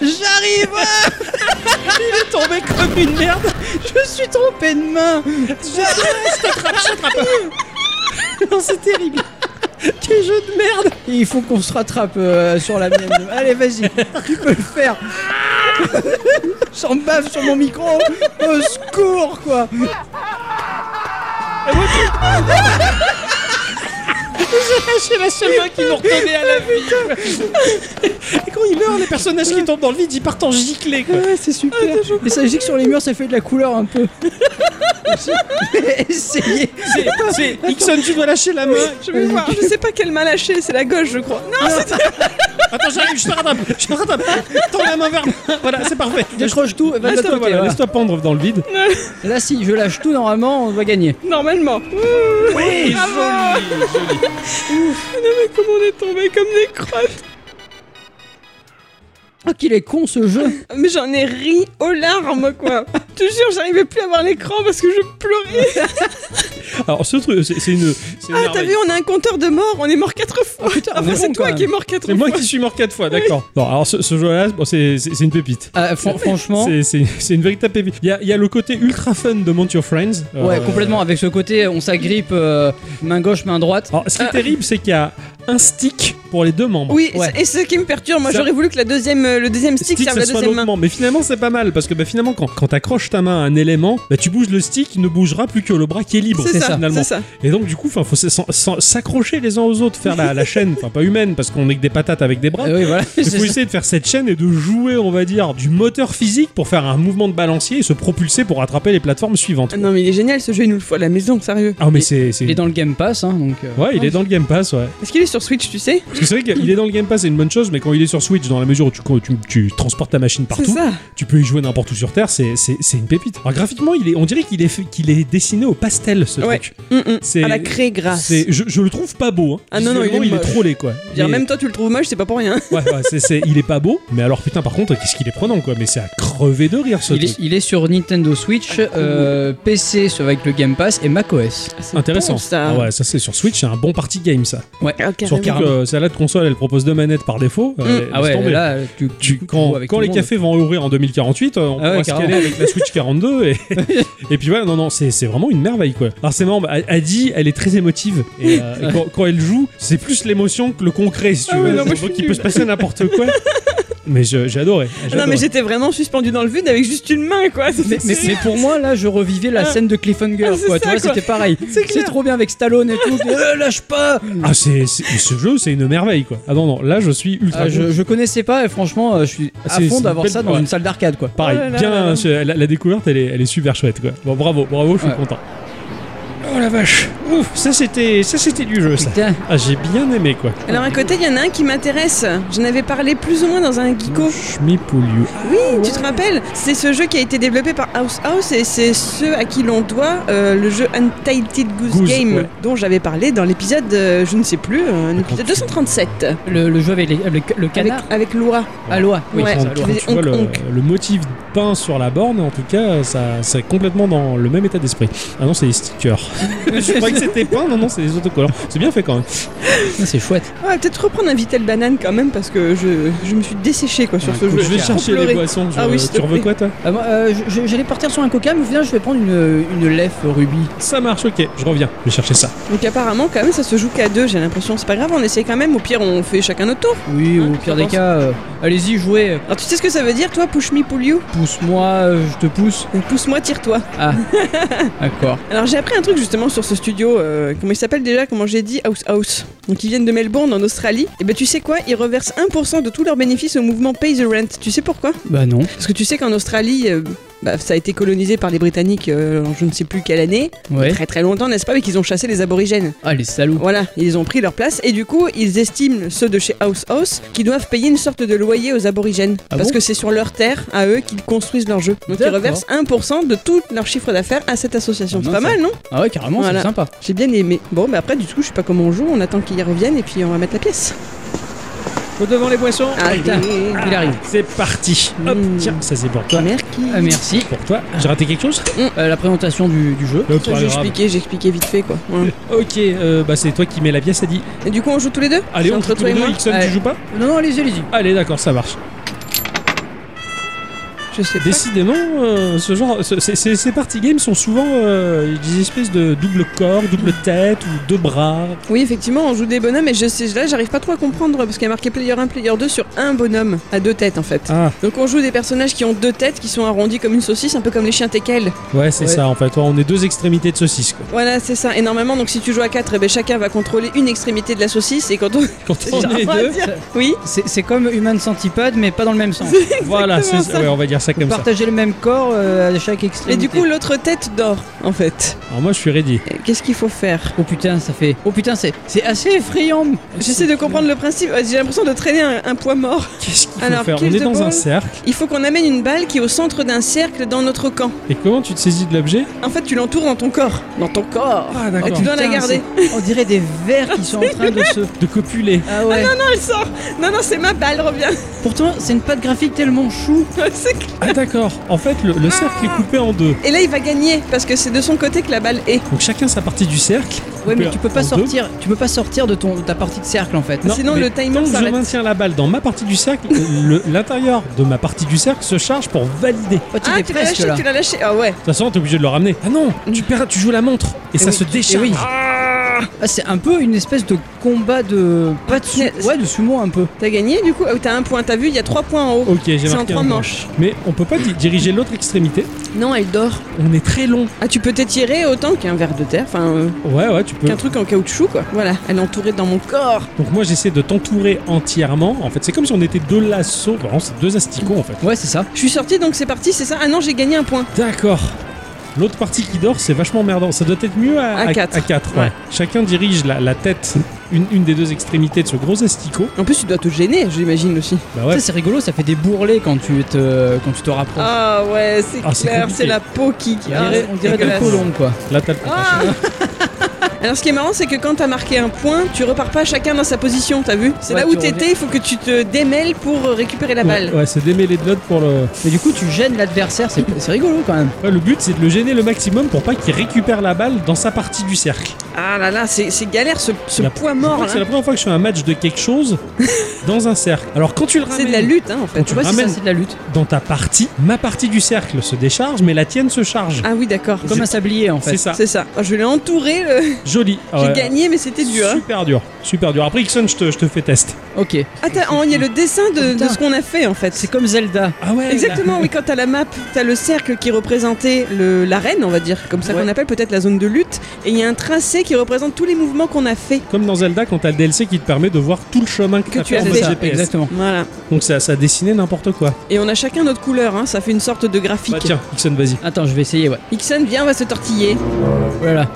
B: J'arrive. Ah,
C: Il est tombé comme une merde.
B: Je suis trompé de main.
C: Non, c'est terrible. Quel jeu de merde.
B: Et il faut qu'on se rattrape euh, sur la mienne. Allez, vas-y. Tu peux le faire. J'en bave sur mon micro. Au secours, quoi.
C: C'est la seule main qui nous retenait à la vie. Et quand il meurt, les personnages qui tombent dans le vide, ils partent en giclée. Quoi.
B: Ouais, c'est super. Et ça, je dis que sur les murs, ça fait de la couleur un peu. Essayez.
C: C'est- C'est Ixon, tu dois lâcher la main.
A: Je vais voir, je sais pas quelle main lâcher, c'est la gauche, je crois. Non,
C: Attends, j'arrive, je te rattrape. Je te rattrape. Tends la main vers moi. Voilà, c'est parfait.
B: Décroche tout. Va de l'autre
C: Laisse-toi
B: côté,
C: voilà,
B: voilà.
C: laisse-toi pendre dans le vide.
B: Là, si je lâche tout, normalement, on doit gagner.
A: normalement. Ouh,
C: Oui,
A: Bravo.
C: joli, joli.
A: Non mais comment on est tombé comme des crottes
B: Oh, qu'il est con ce jeu.
A: Euh, Mais j'en ai ri aux larmes, quoi. je te jure, j'arrivais plus à voir l'écran parce que je pleurais.
C: Alors ce truc, c'est c'est une, c'est une
A: Ah, Oh, t'as
C: merveille.
A: vu, on a un compteur de morts, on est mort quatre fois. Ah,
B: on
A: Enfin,
B: est
A: c'est
B: bon,
A: toi
B: quand
A: qui es mort quatre
C: C'est
A: fois.
C: moi qui suis mort quatre fois, d'accord. Non, alors ce, ce jeu-là, bon, c'est c'est- c'est une pépite.
B: Ah, fran- franchement.
C: C'est- C'est c'est une véritable pépite. Il y a, il y a le côté ultra fun de Mount Your Friends. Euh,
B: Ouais, complètement. Avec ce côté, on s'agrippe euh, main gauche, main droite.
C: Alors, ce qui est terrible, c'est qu'il y a un stick pour les deux membres.
A: Oui,
B: Ouais.
A: et ce qui me perturbe, moi
C: Ça-
A: j'aurais voulu que la deuxième, euh, le deuxième stick, serve
C: ça
A: la
C: soit
A: deuxième
C: l'autre
A: main.
C: membre. Mais finalement, c'est pas mal parce que bah, finalement, quand, quand t'accroches ta main à un élément, bah, tu bouges le stick, il ne bougera plus que le bras qui est libre.
A: C'est ça,
C: finalement.
A: c'est ça.
C: Et donc, du coup, 'fin, faut s- s- s- s'accrocher les uns aux autres, faire la, la chaîne, enfin pas humaine parce qu'on est que des patates avec des bras.
B: Euh, oui, voilà.
C: Il
B: C'est
C: faut
B: ça.
C: essayer de faire cette chaîne et de jouer, on va dire, du moteur physique pour faire un mouvement de balancier et se propulser pour attraper les plateformes suivantes.
A: Ah non mais il est génial ce jeu, il nous le faut à la maison, sérieux.
C: Ah, mais c'est. c'est-
B: Il est dans le Game Pass, hein, donc. euh,
C: Ouais, il est dans le Game Pass, ouais.
A: Est-ce qu'il est sur Switch, tu sais
C: Parce que c'est vrai qu'il est dans le Game Pass, c'est une bonne chose, mais quand il est sur Switch, dans la mesure où tu, tu, tu transportes ta machine
A: C'est
C: partout,
A: ça.
C: tu peux y jouer n'importe où sur Terre, c'est c'est- c'est une pépite. Alors graphiquement, il est, on dirait qu'il est, fait- qu'il est dessiné au pastel, ce
A: Ouais.
C: truc.
A: Mm, mm.
C: C'est-
A: À la craie grasse.
C: C'est- Je, je le trouve pas beau. Hein.
A: Ah non, non, il est
C: Visuellement, il est
A: moche.
C: trop laid, quoi.
A: Je veux dire,
C: Mais-
A: Même toi tu le trouves moche, c'est pas pour rien.
C: Ouais, ouais, c'est- c'est- il est pas beau, mais alors putain, par contre, qu'est-ce qu'il est prenant, quoi. Mais c'est à crever de rire ce
B: Il
C: truc.
B: est, il est sur Nintendo Switch, euh, PC sur- avec le Game Pass et macOS.
A: Ah, c'est
C: Intéressant.
A: bon, ça.
C: Ah ouais, ça c'est sur Switch, c'est un bon party game ça.
A: Ah, carrément. Mm.
C: Surtout que celle-là de console, elle propose deux manettes par défaut. Euh, laisse
B: Ah ouais,
C: tomber.
B: là, tu, du
C: Tu-
B: coup, tu joues
C: quand
B: avec
C: quand
B: tout le
C: les
B: monde.
C: cafés vont ouvrir en 2048, euh, on
B: Ah ouais,
C: pourra se
B: carrément.
C: caler avec la Switch 42 et, et puis voilà, non, non, c'est c'est vraiment une merveille quoi. Alors c'est marrant, bah, Adi, elle est très émotive et, euh, et quand, quand elle joue, c'est plus l'émotion que le concret si tu
A: Ah ouais,
C: veux.
A: non, moi,
C: C'est un
A: je suis
C: truc qui peut
A: nulle.
C: se passer n'importe quoi. Mais je- j'ai adoré. j'ai
A: Non, mais
C: adoré.
A: j'étais vraiment suspendu dans le vide avec juste une main, quoi. C'était
B: Mais, mais- mais pour moi, là, je revivais la
A: Ah.
B: scène de Cliffhanger,
A: Ah, c'est
B: quoi.
A: ça,
B: Tu vois,
A: quoi.
B: c'était pareil.
A: C'est clair.
B: C'est trop bien avec Stallone et tout. Euh, lâche pas
C: Ah, c'est c'est- ce jeu, c'est une merveille quoi. Ah non, non, là je suis ultra.
B: Ah, je, je connaissais pas et franchement, euh, je suis
C: Ah,
B: à
C: c'est- c'est
B: fond
C: une
B: d'avoir
C: belle-
B: ça dans
C: ouais.
B: une salle d'arcade, quoi.
C: Pareil,
A: Oh là là
C: bien,
A: là là.
C: ce- la, la découverte, elle est, elle est super chouette. Quoi. Bon, bravo, bravo, je suis
B: Ouais.
C: content. Oh la vache, ouf, ça c'était, ça c'était du jeu, ça.
B: Putain,
C: Ah, j'ai bien aimé quoi.
A: Alors à côté, il y en a un qui m'intéresse. J'en avais parlé plus ou moins dans un geeko.
C: Schmipouliou.
A: Oui,
C: Oh,
A: tu te rappelles C'est ce jeu qui a été développé par House House et c'est ceux à qui l'on doit euh, le jeu Untitled Goose,
C: Goose,
A: Game
C: ouais.
A: dont j'avais parlé dans l'épisode, euh, je ne sais plus, euh, un épisode 237
B: le, le jeu avec, les- avec le
A: avec,
B: canard.
A: avec Loa.
B: à Aloha, oui,
A: Ouais.
B: c'est ça,
C: Quand,
A: tu
B: Aloha.
A: faisais
C: tu vois
A: honk,
C: le,
A: honk.
C: le motif peint sur la borne, en tout cas, ça, c'est complètement dans le même état d'esprit. Ah non, c'est des stickers. je croyais que c'était peint, non, non, c'est des autocollants. C'est bien fait quand même.
B: Ah, C'est chouette.
A: On va peut-être reprendre un Vitel Banane quand même parce que je, je me suis desséché quoi sur
B: Ouais,
A: ce
B: écoute,
A: jeu.
C: je vais
A: J'ai
C: chercher
A: trop
C: les
A: pleuré.
C: boissons. Tu,
A: Ah oui,
C: veux-
A: s'il
C: tu
A: te
C: veux
A: plaît.
C: quoi, toi
B: Ah, moi, euh, je- je- J'allais partir sur un coca, mais au final, je vais prendre une, une lef Ruby.
C: Ça marche, ok, je reviens. Je vais chercher ça.
A: Donc apparemment quand même ça se joue qu'à deux. J'ai l'impression c'est pas grave. On essaie quand même. Au pire on fait chacun notre tour.
B: Oui,
A: Hein,
B: au
A: tu
B: pire des
A: penses
B: cas, euh, allez-y, jouez.
A: Alors tu sais ce que ça veut dire toi Push me pull you
B: Pousse-moi, euh, je te pousse.
A: Pousse-moi tire-toi.
B: D'accord.
A: Alors j'ai appris un truc justement sur ce studio, euh, comment il s'appelle déjà, comment j'ai dit, House House. Donc ils viennent de Melbourne en Australie. Et ben tu sais quoi, ils reversent 1% de tous leurs bénéfices au mouvement Pay the Rent. Tu sais pourquoi
B: Bah non.
A: Parce que tu sais qu'en Australie, euh, bah, ça a été colonisé par les Britanniques euh, en je ne sais plus quelle année,
B: Ouais.
A: très très longtemps n'est-ce pas, mais qu'ils ont chassé les aborigènes.
B: Ah, les salauds.
A: Voilà, ils ont pris leur place et du coup ils estiment ceux de chez House House qui doivent payer une sorte de loyer aux aborigènes.
B: Ah
A: parce
B: bon
A: que c'est sur leur terre à eux qu'ils construisent leur jeu. Donc ils
B: D'accord.
A: reversent 1% de tout leur chiffre d'affaires à cette association.
B: Ah,
A: C'est
B: mince.
A: pas mal non
B: Ah ouais, carrément,
A: Voilà.
B: c'est sympa.
A: j'ai bien aimé. Bon, mais après, du coup, je sais pas comment on joue. On attend qu'ils reviennent et puis on va mettre la pièce. Ah,
C: Au devant les boissons.
B: putain. Il arrive.
C: C'est parti. Hop,
A: Mm.
C: tiens, ça c'est pour toi.
A: Merki.
B: Ah, merci.
C: Pour toi, j'ai raté quelque chose
B: Euh, la présentation du, du jeu.
C: Hop, pas
A: J'ai
C: grave.
A: expliqué, j'ai expliqué vite fait quoi. Ouais.
C: Ok, euh, bah c'est toi qui mets la pièce, dit.
A: Et du coup, on joue tous les deux C'est
C: Allez, on joue
A: entre
C: tous
A: toi
C: les
A: et
C: deux,
A: moi.
C: Ixon, tu
B: Allez.
C: joues pas
B: Non, non, allez-y, allez-y.
C: Allez, d'accord, ça marche.
A: Je sais pas.
C: Décidément, euh, ce genre, ce- ces- ces, ces party games sont souvent euh, des espèces de double corps, double tête ou deux bras.
A: Oui, effectivement, on joue des bonhommes et je sais, là, j'arrive pas trop à comprendre parce qu'il y a marqué player 1, player 2 sur un bonhomme à deux têtes en fait.
C: Ah,
A: Donc on joue des personnages qui ont deux têtes, qui sont arrondis comme une saucisse, un peu comme les chiens teckels.
C: ouais, c'est
B: Ouais.
C: ça en fait. Ouais, on est deux extrémités de saucisse. Quoi.
A: Voilà, c'est ça. Et normalement, donc si tu joues à 4, eh ben, chacun va contrôler une extrémité de la saucisse et quand on.
C: Quand on
A: J'ai
C: est
A: rien à
C: deux,
A: dire. Oui.
B: C'est c'est comme Human Centipede, mais pas dans le même sens.
C: voilà, c'est
A: exactement ça.
C: ouais, on va dire ça
B: Vous
C: comme ça.
B: partagez le même corps euh, à chaque
A: Et
B: extrémité.
A: du coup, l'autre tête dort en fait.
C: Alors moi, je suis ready.
A: Et Qu'est-ce qu'il faut faire
B: Oh putain, ça fait. Oh putain, c'est c'est assez effrayant.
A: J'essaie de comprendre le principe, j'ai l'impression de traîner un, un poids mort.
C: Qu'est-ce qu'il faut
A: Alors,
C: faire On
A: kill
C: est
A: the
C: dans un
A: ball.
C: cercle.
A: Il faut qu'on amène une balle qui est au centre d'un cercle dans notre camp.
C: Et comment tu te saisis de l'objet
A: En fait, tu l'entoures dans ton corps. Dans ton corps
C: Ah
A: Et
C: d'accord.
A: tu dois la
B: Putain,
A: garder.
B: c'est- On dirait des vers qui sont en train de se.
C: De copuler.
B: Ah ouais.
A: Non, elle sort Non, non, c'est ma balle, reviens
B: Pourtant, c'est une patte graphique tellement chou.
A: C'est clair.
C: Ah d'accord. En fait, le, le cercle est coupé en deux.
A: Et là, il va gagner, parce que c'est de son côté que la balle est.
C: Donc chacun sa partie du cercle.
B: Ouais, mais
C: coupé
B: tu peux pas
C: en deux.
B: sortir. Tu peux pas sortir de ton de ta partie de cercle en fait.
C: Non,
A: Sinon,
C: mais
A: le timer
C: tant que je
A: s'arrête.
C: maintiens la balle dans ma partie du cercle, euh, le- l'intérieur de ma partie du cercle se charge pour valider.
B: Oh, tu
A: ah,
B: es
A: tu l'as
B: presque
A: lâché,
B: là.
A: tu l'as lâché Ah ouais
C: De toute façon, t'es obligé de le ramener. Ah non, tu perds, tu joues la montre et, ça
B: oui,
C: se
B: tu-
C: décharge.
B: Mm. eh oui.
C: Ah
B: Ah, c'est un peu une espèce de combat de pas de sou-
A: Mais-
B: ouais de sumo un peu.
A: T'as gagné, du coup Ah, T'as un point, t'as vu, il y a trois points en haut.
C: ok, j'ai
A: c'est en
C: marqué.
A: trois
C: un point.
A: manches.
C: Mais on peut pas di- diriger l'autre extrémité.
A: Non, elle dort.
C: On est très long.
A: Ah, tu peux t'étirer autant qu'un verre de terre, enfin, euh,
C: Ouais, ouais, tu peux.
A: qu'un truc en caoutchouc, quoi. Voilà, elle est entourée dans mon corps.
C: Donc moi, j'essaie de t'entourer entièrement. En fait, c'est comme si on était deux lassos. Vraiment, c'est deux asticots en fait.
B: Ouais, c'est ça.
A: Je suis sortie, donc c'est parti, c'est ça Ah non, j'ai gagné un point.
C: D'accord. L'autre partie qui dort, c'est vachement merdant. Ça doit être mieux à,
A: À quatre.
C: ouais.
A: Ouais.
C: Chacun dirige la, la tête, une, une des deux extrémités de ce gros asticot.
A: En plus, tu dois te gêner, j'imagine aussi.
C: Bah ouais,
B: Ça c'est rigolo, ça fait des bourrelets quand tu te quand tu te rapproches.
A: Ah ouais, c'est
C: Ah, c'est
A: clair,
C: compliqué.
A: c'est la peau qui. qui
B: on dirait,
A: ah,
B: on dirait deux
A: dégueulasse.
B: colombes quoi.
C: là t'as le
A: Ah Alors ce qui est marrant, c'est que quand t'as marqué un point, tu repars pas chacun dans sa position, t'as vu C'est
B: Ouais,
A: là où
B: tu reviens.
A: t'étais, il faut que tu te démêles pour euh, récupérer la balle.
C: Ouais, ouais, c'est démêler de l'autre pour le.
B: Mais du coup, tu gênes l'adversaire, c'est c'est rigolo quand même.
C: Ouais, le but, c'est de le gêner le maximum pour pas qu'il récupère la balle dans sa partie du cercle.
A: Ah là là, c'est c'est galère ce, ce
C: La-
A: poids
C: je crois
A: mort
C: que C'est
A: là.
C: la première fois que je fais un match de quelque chose dans un cercle. Alors quand tu le
A: C'est
C: ramènes
A: de la lutte hein, en fait.
C: tu
B: Tu vois, c'est ça,
C: ramènes-
B: c'est de la lutte.
C: dans ta partie, ma partie du cercle se décharge, mais la tienne se charge.
A: Ah oui, d'accord.
B: Comme un sablier en
C: c'est
B: fait.
C: ça,
A: C'est ça. Oh, je l'ai entouré, le-
C: joli. Ah
A: j'ai
C: ouais.
A: gagné, mais c'était dur. hein.
C: Super dur, super dur. Après, Ixon, je te, je te fais test.
B: Ok.
A: Attends, oh, il y a le dessin de, de
B: Putain.
A: ce qu'on a fait en fait.
B: C'est comme Zelda.
C: Ah ouais
A: Exactement, oui, quand t'as la map, t'as le cercle qui représentait le- l'arène, on va dire, comme ça
B: Ouais.
A: qu'on appelle peut-être la zone de lutte, et il y a un tracé qui représente tous les mouvements qu'on a fait.
C: Comme dans Zelda, quand t'as le DLC qui te permet de voir tout le chemin que,
A: Que
C: t'as
A: tu
C: fait
A: as
C: en
A: fait.
C: mode
A: C'est ça,
C: GPS.
B: Exactement.
A: Voilà.
C: Donc ça, ça dessinait n'importe quoi.
A: Et on a chacun notre couleur, hein, ça fait une sorte de graphique.
C: Bah tiens, Ixon, vas-y.
B: Attends, je vais essayer, ouais. Oh
A: Ixon, viens, on va se tortiller.
B: Voilà.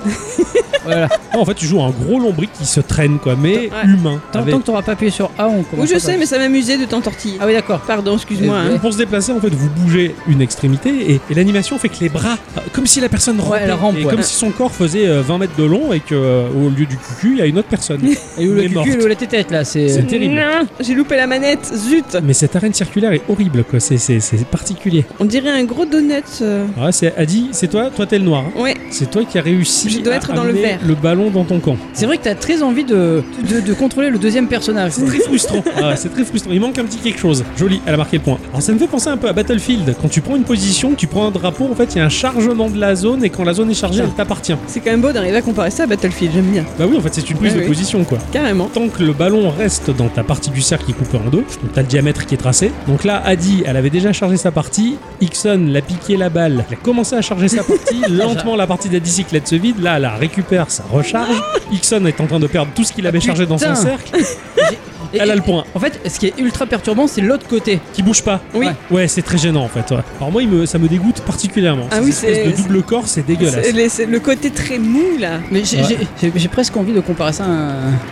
B: voilà.
C: Ah, en fait, tu joues à un gros lombric qui se traîne, quoi, mais
A: Ouais.
C: humain.
B: Tant,
C: Avec-
B: tant que t'auras pas appuyé sur A, on commence.
A: Oui, je
B: pas
A: sais,
B: par-
A: mais ça m'amusait de t'en tortiller.
B: Ah oui, d'accord.
A: Pardon, excuse-moi.
B: Euh,
A: hein.
C: Pour se déplacer, en fait, vous bougez une extrémité et, et l'animation fait que les bras, euh, comme si la personne rampait,
B: elle rampe,
C: et
B: ouais.
C: comme si son corps faisait euh, 20 mètres de long et que euh, au lieu du cucu, il y a une autre personne.
B: Et où
C: Elle
B: le
C: est morte.
B: cucul, et où la tête là, c'est.
C: C'est terrible.
A: Non, J'ai loupé la manette, zut
C: Mais cette arène circulaire est horrible, quoi. C'est, c'est, c'est particulier.
A: On dirait un gros donut. euh.
C: Ah, c'est Adi, c'est toi, toi t'es le noir. hein.
A: Ouais,
C: C'est toi qui as réussi
A: Je dois
C: à
A: être dans le
C: amener
A: vert.
C: le ballon dans ton camp.
B: C'est vrai que t'as très envie de, de, de contrôler le deuxième personnage.
C: C'est très frustrant. Ah, c'est très frustrant. Il manque un petit quelque chose. Joli, elle a marqué le point. Alors ça me fait penser un peu à Battlefield. Quand tu prends une position, tu prends un drapeau, en fait, il y a un chargement de la zone et quand la zone est chargée,
B: Putain.
C: elle t'appartient.
A: c'est quand même beau d'arriver à comparer ça à Battlefield, j'aime bien.
C: Bah oui, en fait, c'est une prise
A: Ouais,
C: de
A: oui.
C: position, quoi.
A: Carrément.
C: Tant que le ballon reste dans ta partie du cercle qui est coupée en deux, donc t'as le diamètre qui est tracé. Donc là, Adi, elle avait déjà chargé sa partie. Ixon l'a piqué la balle. Elle a commencé à charger sa partie. Lentement, la partie d'Adi cyclette se vide. Là, elle la récupère, ça recharge. Ixon est en train de perdre tout ce qu'il
A: Ah,
C: avait chargé dans son
B: Putain.
C: cercle.
B: Et-
C: Elle a
B: et-
C: le point.
B: En fait, ce qui est ultra perturbant, c'est l'autre côté.
C: Qui bouge pas.
A: Oui.
B: Ouais.
C: Ouais, c'est très gênant en fait. ouais. Alors moi, il me, ça me dégoûte particulièrement.
A: Ah
C: Cette
A: oui,
C: espèce
A: c'est-
C: de double corps, c'est
A: C'est-
C: dégueulasse.
A: les- c'est le côté très mou là.
B: Mais j'ai
C: Ouais.
B: j'ai- j'ai- j'ai presque envie de comparer ça à un.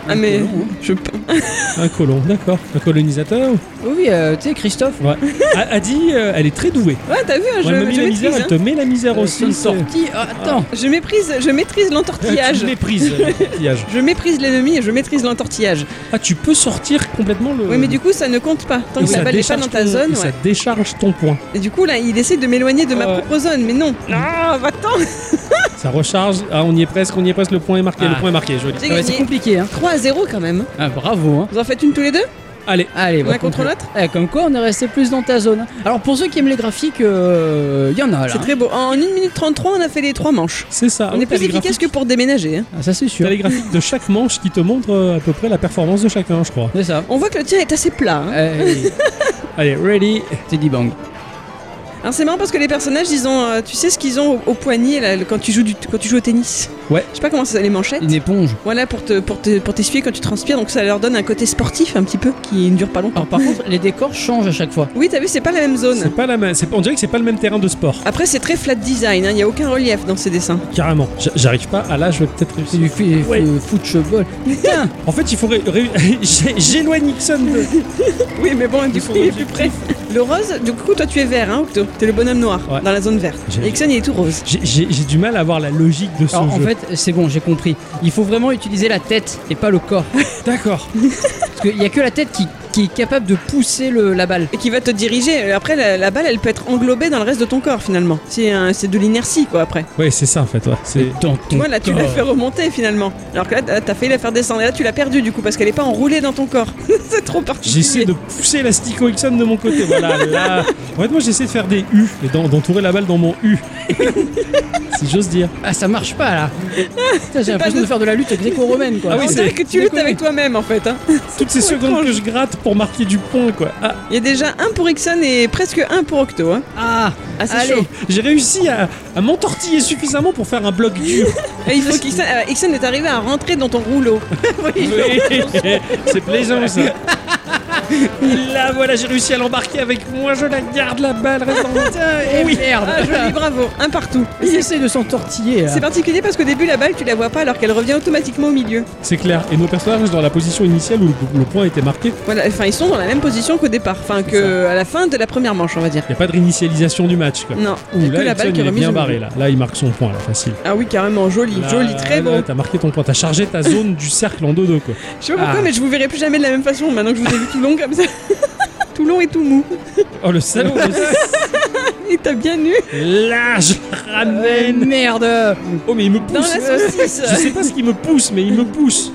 A: Ah
B: un
A: mais
B: colon, hein.
A: je
C: Un colon, d'accord. Un colonisateur.
B: Oui, Oui, euh, tu sais, Christophe.
C: Ouais. A- Adi, euh, elle est très douée.
A: Ouais, t'as vu, hein, je,
C: Ouais, elle m'a mis
A: je
C: la
A: maîtrise.
C: misère, elle te met la misère
B: euh,
C: aussi.
B: Une
C: c'est-
B: sortie. Ah, attends.
A: hein. Je maîtrise, je maîtrise
C: Ah,
A: l'entortillage.
C: tu méprises le tortillage.
A: Je maîtrise l'ennemi et je maîtrise l'entortillage.
C: Ah, tu peux sortir complètement le.
A: Oui, mais du coup, ça ne compte pas. Tant
C: Et
A: que la
C: ça
A: balle n'est pas
C: décharge
A: dans ta
C: ton-
A: zone,
C: et ça
A: ouais.
C: décharge ton point.
A: Et du coup, là, il essaie de m'éloigner de ma
C: Ouais.
A: propre zone, mais non. Non, va-t'en
C: Ça recharge. Ah, on y est presque, on y est presque. Le point est marqué,
B: Ah.
C: le point est marqué. Joli.
A: J'ai
B: Ah ouais, c'est
A: gagné.
B: compliqué, hein.
A: 3 à 0 quand même.
B: Ah, bravo, hein.
A: Vous en faites une tous les deux
C: Allez,
B: Allez,
A: L'un contre l'autre
B: Eh, comme quoi, on est resté plus dans ta zone. Alors, pour ceux qui aiment les graphiques, il y en a là.
A: C'est très beau. En 1 minute 33, on a fait les 3 manches.
C: c'est ça.
A: on
C: Ah,
A: est
C: t'as
A: plus
C: les
A: efficace que
C: graphiques-
A: pour déménager. hein.
B: Ah, ça, c'est sûr.
C: T'as les graphiques de chaque manche qui te montrent euh, à peu près la performance de chacun, je crois.
B: C'est ça.
A: On voit que le tir est assez plat. hein.
B: Eh,
C: Allez, ready.
B: Teddy Bang.
A: Alors c'est marrant parce que les personnages, ils ont, euh, tu sais ce qu'ils ont au, au poignet là, le- quand tu joues du, quand tu joues au tennis.
C: Ouais. Mm.
A: Je sais pas comment ça s'appelle, les manchettes.
B: Une éponge.
A: Voilà pour te pour te pour t'essuyer quand tu transpires, donc ça leur donne un côté sportif un petit peu qui ne dure pas longtemps.
B: Alors, par contre, les décors changent à chaque fois.
C: Ah.
A: Oui, t'as vu, c'est pas la même zone.
C: C'est pas la même. c'est pas- On dirait que c'est pas le même terrain de sport.
A: Après, c'est très flat design. hein. Il n'y a aucun relief dans ces dessins.
C: Carrément. J- J'arrive pas. Ah là, je vais peut-être
B: C'est
C: réussir.
B: du fi-
C: Ouais.
B: fi- foot cheval. Putain
C: En fait, il faut. ré- ré- J'ai- J'éloigne Nixon de.
A: Oui, mais bon,
C: de
A: du
C: son
A: coup, il est plus près.
C: objectif.
A: Le rose, du coup, toi, tu es vert, hein, Octo T'es le bonhomme noir
C: Ouais.
A: dans la zone verte.
C: J'ai-
A: Et Ixon, il est tout rose.
C: J'ai- J'ai j'ai du mal à voir la logique de ce
B: Alors, en
C: jeu.
B: fait, c'est bon, j'ai compris. Il faut vraiment utiliser la tête et pas le corps.
C: D'accord.
B: Parce qu'il n'y a que la tête qui, qui est capable de pousser le- la balle.
A: Et qui va te diriger. Après, la, la balle, elle peut être englobée dans le reste de ton corps finalement. C'est un- c'est de l'inertie quoi après.
C: Ouais, c'est ça en fait. Ouais. C'est.
B: Dans ton
A: Tu vois, là, tu l'as
B: corps.
A: fait remonter finalement. Alors que là, t'as t'as failli la faire descendre. Et là, tu l'as perdue du coup parce qu'elle est pas enroulée dans ton corps. c'est trop particulier.
C: J'essaie de pousser l'astico Ixon de mon côté. Voilà, là. En fait, moi, j'essaie de faire des U et d'en- d'entourer la balle dans mon U. si j'ose dire.
B: Ah, ça marche pas là. Putain, J'ai l'impression de faire de la lutte gréco-romaine quoi.
C: Ah oui,
A: On
C: c'est-
A: dirait que tu luttes avec toi-même en fait. hein.
C: Toutes ces secondes que je gratte pour marquer du point, quoi. Ah,
A: Il y a déjà un pour Ixon et presque un pour Octo. Hein.
B: Ah,
A: Ah, c'est
B: Allez.
A: chaud.
C: j'ai réussi à, à m'entortiller suffisamment pour faire un bloc dur.
A: Et il faut qu'Ixon euh, Ixon est arrivé à rentrer dans ton rouleau.
C: Oui, c'est plaisant ça. Et là, voilà, j'ai réussi à l'embarquer avec moi. Je la garde, la balle reste dans mon
B: Putain,
C: Oui.
B: merde
A: Ah, joli, bravo, un partout.
B: Il essaie de s'entortiller là.
A: C'est particulier parce qu'au début, la balle, tu la vois pas alors qu'elle revient automatiquement au milieu.
C: C'est clair. Et nos personnages restent dans la position initiale où le, le point était marqué.
A: Voilà, enfin, ils sont dans la même position qu'au départ, enfin, que à la fin de la première manche, on va dire.
C: Il n'y a pas de réinitialisation Mmh. du match. Quoi.
A: Non,
C: Ouh,
A: c'est
C: là,
A: que la
C: Hudson,
A: balle qui est
C: il est euh,
A: remise.
C: bien
A: au
C: barré
A: milieu.
C: là. Là, il marque son point là, facile.
A: Ah oui, carrément, joli,
C: Là,
A: joli, très
C: là,
A: beau.
C: T'as marqué ton point, t'as chargé ta zone du cercle en 2-2 quoi.
A: Je sais pas pourquoi,
B: Ah.
A: mais je vous verrai plus jamais de la même façon maintenant que je vous ai vu tout long comme ça. tout long et tout mou.
C: Oh le salaud
A: Et t'as bien eu
C: Là, je la
B: Eh,
C: ramène
B: merde
C: Oh mais il me
A: dans
C: pousse
A: la saucisse.
C: Je sais pas ce qui me pousse, mais il me pousse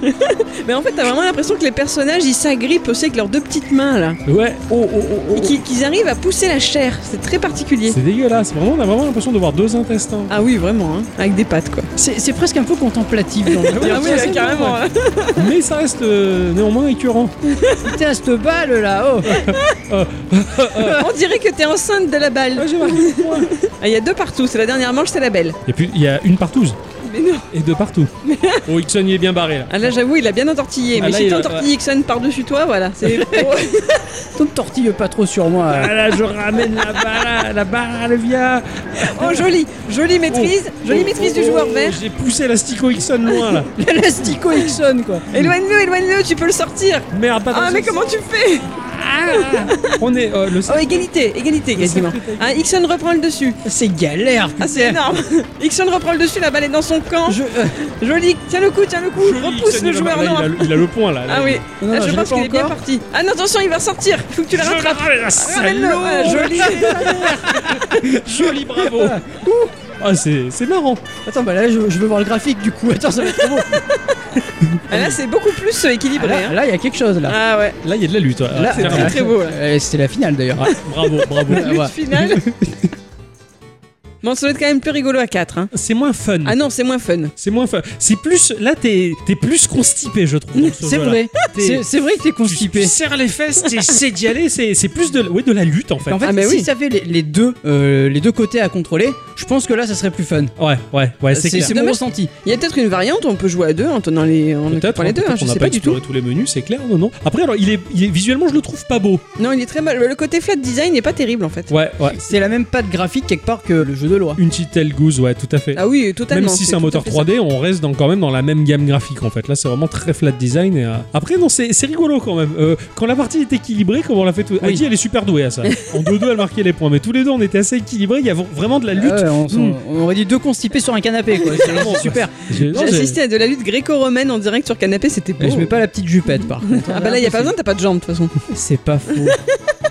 A: mais en fait, t'as vraiment l'impression que les personnages ils s'agrippent aussi avec leurs deux petites mains là.
C: Ouais, oh oh oh oh
A: Et qu'ils qu'ils arrivent à pousser la chair. C'est très particulier.
C: C'est dégueulasse, vraiment, on a vraiment l'impression de voir deux intestins.
A: Ah oui, vraiment, hein. avec des pattes quoi.
B: C'est c'est presque un peu contemplatif dans
C: Ah
B: le
C: oui,
A: Ah
B: dire.
A: oui,
C: ça,
A: là,
C: c'est
A: carrément.
C: bon, Mais ça reste euh, néanmoins écœurant.
B: Putain, cette balle là, oh
A: On dirait que t'es enceinte de la balle.
C: Ah, j'ai marqué le point.
A: Ah, Il y a deux partout, c'est la dernière manche, c'est la belle.
C: Et puis il y a une partouze
A: Mais non.
C: et deux partout. oh Hickson il est bien barré là.
A: Ah là, j'avoue, il a bien entortillé.
C: Ah,
A: mais
C: là,
A: si
C: il a-
A: t'entortilles Ixon par-dessus toi, voilà. C'est
B: Ne me tortille pas trop sur moi.
C: Ah là, je ramène la balle, la balle, via.
A: oh, joli. Jolie maîtrise. Jolie
C: Oh,
A: maîtrise
C: oh,
A: du joueur
C: oh,
A: vert.
C: J'ai poussé l'astico Hickson loin là.
B: L'elastico Hickson quoi.
A: Éloigne-le, éloigne-le, tu peux le sortir.
C: Merde, pas
A: Ah, mais comment tu fais
C: Ah, On est euh, le
A: Oh, égalité, égalité quasiment. Ah, Ixon reprend le dessus.
B: C'est galère.
A: Ah, c'est énorme. Ixon reprend le dessus, la balle est dans son camp.
B: Je, euh,
A: Joli, tiens le coup, tiens le coup.
C: Joli,
A: Repousse
C: Hickson,
A: le
C: il a-
A: joueur
C: là, il
A: noir.
C: a le- Il a le point là.
A: Ah oui,
B: Non,
A: Ah,
B: non,
A: je pense
B: je l'ai pas
A: qu'il est bien
B: encore.
A: parti. Ah non, attention, il va sortir. Faut que tu le
C: Je
A: rattrapes.
C: ramène la
A: Ramène-le.
C: salaud.
A: Ah, joli.
C: Joli, bravo. Ouh. Ah c'est c'est marrant.
B: attends, bah là, je, je veux voir le graphique du coup. Attends, ça va être trop beau.
A: Ah, là, c'est beaucoup plus euh,
B: Ah,
A: équilibré.
B: là,
A: hein.
B: là, il y a quelque chose là.
A: Ah ouais.
C: Là il y a de la lutte. ouais.
B: Là,
C: Ouais,
A: c'est
C: carrément.
A: très, très beau, là.
B: Euh, C'était la finale d'ailleurs.
C: Ouais, bravo, bravo.
B: Ah,
A: Lutte
B: ouais.
A: finale. Bon, ça doit être quand même plus rigolo à 4.
C: C'est moins fun.
A: Ah non, c'est moins fun.
C: C'est moins fun. C'est plus. Là, t'es es plus constipé, je trouve. dans ce
B: Mm, C'est
C: jeu-là.
B: vrai.
C: T'es-
B: C'est c'est vrai que t'es
C: Tu- Tu,
B: constipé.
C: serres les fesses, t'essaies d'y aller. C'est c'est plus de, ouais, de la lutte en fait.
B: En fait,
A: Ah, mais
B: si
A: oui.
B: ça fait les, les deux, euh, les deux côtés à contrôler, je pense que là, ça serait plus fun.
C: Ouais, ouais, ouais, Ah, c'est
B: C'est
C: clair.
B: c'est mon
A: Dommage.
B: ressenti.
A: Il y a peut-être une variante où on peut jouer à deux en tenant les, en
C: Peut-être
A: occupant les
C: hein,
A: deux.
C: peut-être
A: hein, je
C: qu'on n'a
A: sais
C: pas,
A: pas du tout.
C: exploré tous les menus, c'est clair, non, non. Après, alors, il est, il est- visuellement, je le trouve pas beau.
A: Non, il est très mal. Le côté flat design n'est pas terrible en fait.
C: Ouais, ouais.
B: C'est la même patte graphique quelque part que le jeu de loi.
C: Une petite telle gouze, ouais, tout à fait.
A: Ah oui, totalement.
C: Même si c'est un
A: tout à
C: moteur
A: fait
C: 3D, on reste dans, quand même dans la même gamme graphique en fait. Là, c'est vraiment très flat design. et, euh, Après, non, c'est c'est rigolo quand même. Euh, quand la partie est équilibrée, comme on l'a fait tout.
B: Oui.
C: Heidi, elle est super douée à ça. en 2-2, elle marquait les points. Mais tous les deux, on était assez équilibrés. Il y avait vraiment de la lutte.
B: Ah ouais, on, s'en-
C: Hmm.
B: on aurait dit deux constipés sur un canapé, quoi. C'est
C: Vraiment,
B: super.
C: J'ai- non,
A: ça. J'ai
C: j'ai-
A: assisté à de la lutte gréco-romaine en direct sur canapé, c'était beau.
B: Mais je mets pas la petite jupette, par contre.
A: Ah bah là, il y a pas besoin, t'as pas de jambes de toute façon.
B: C'est pas faux.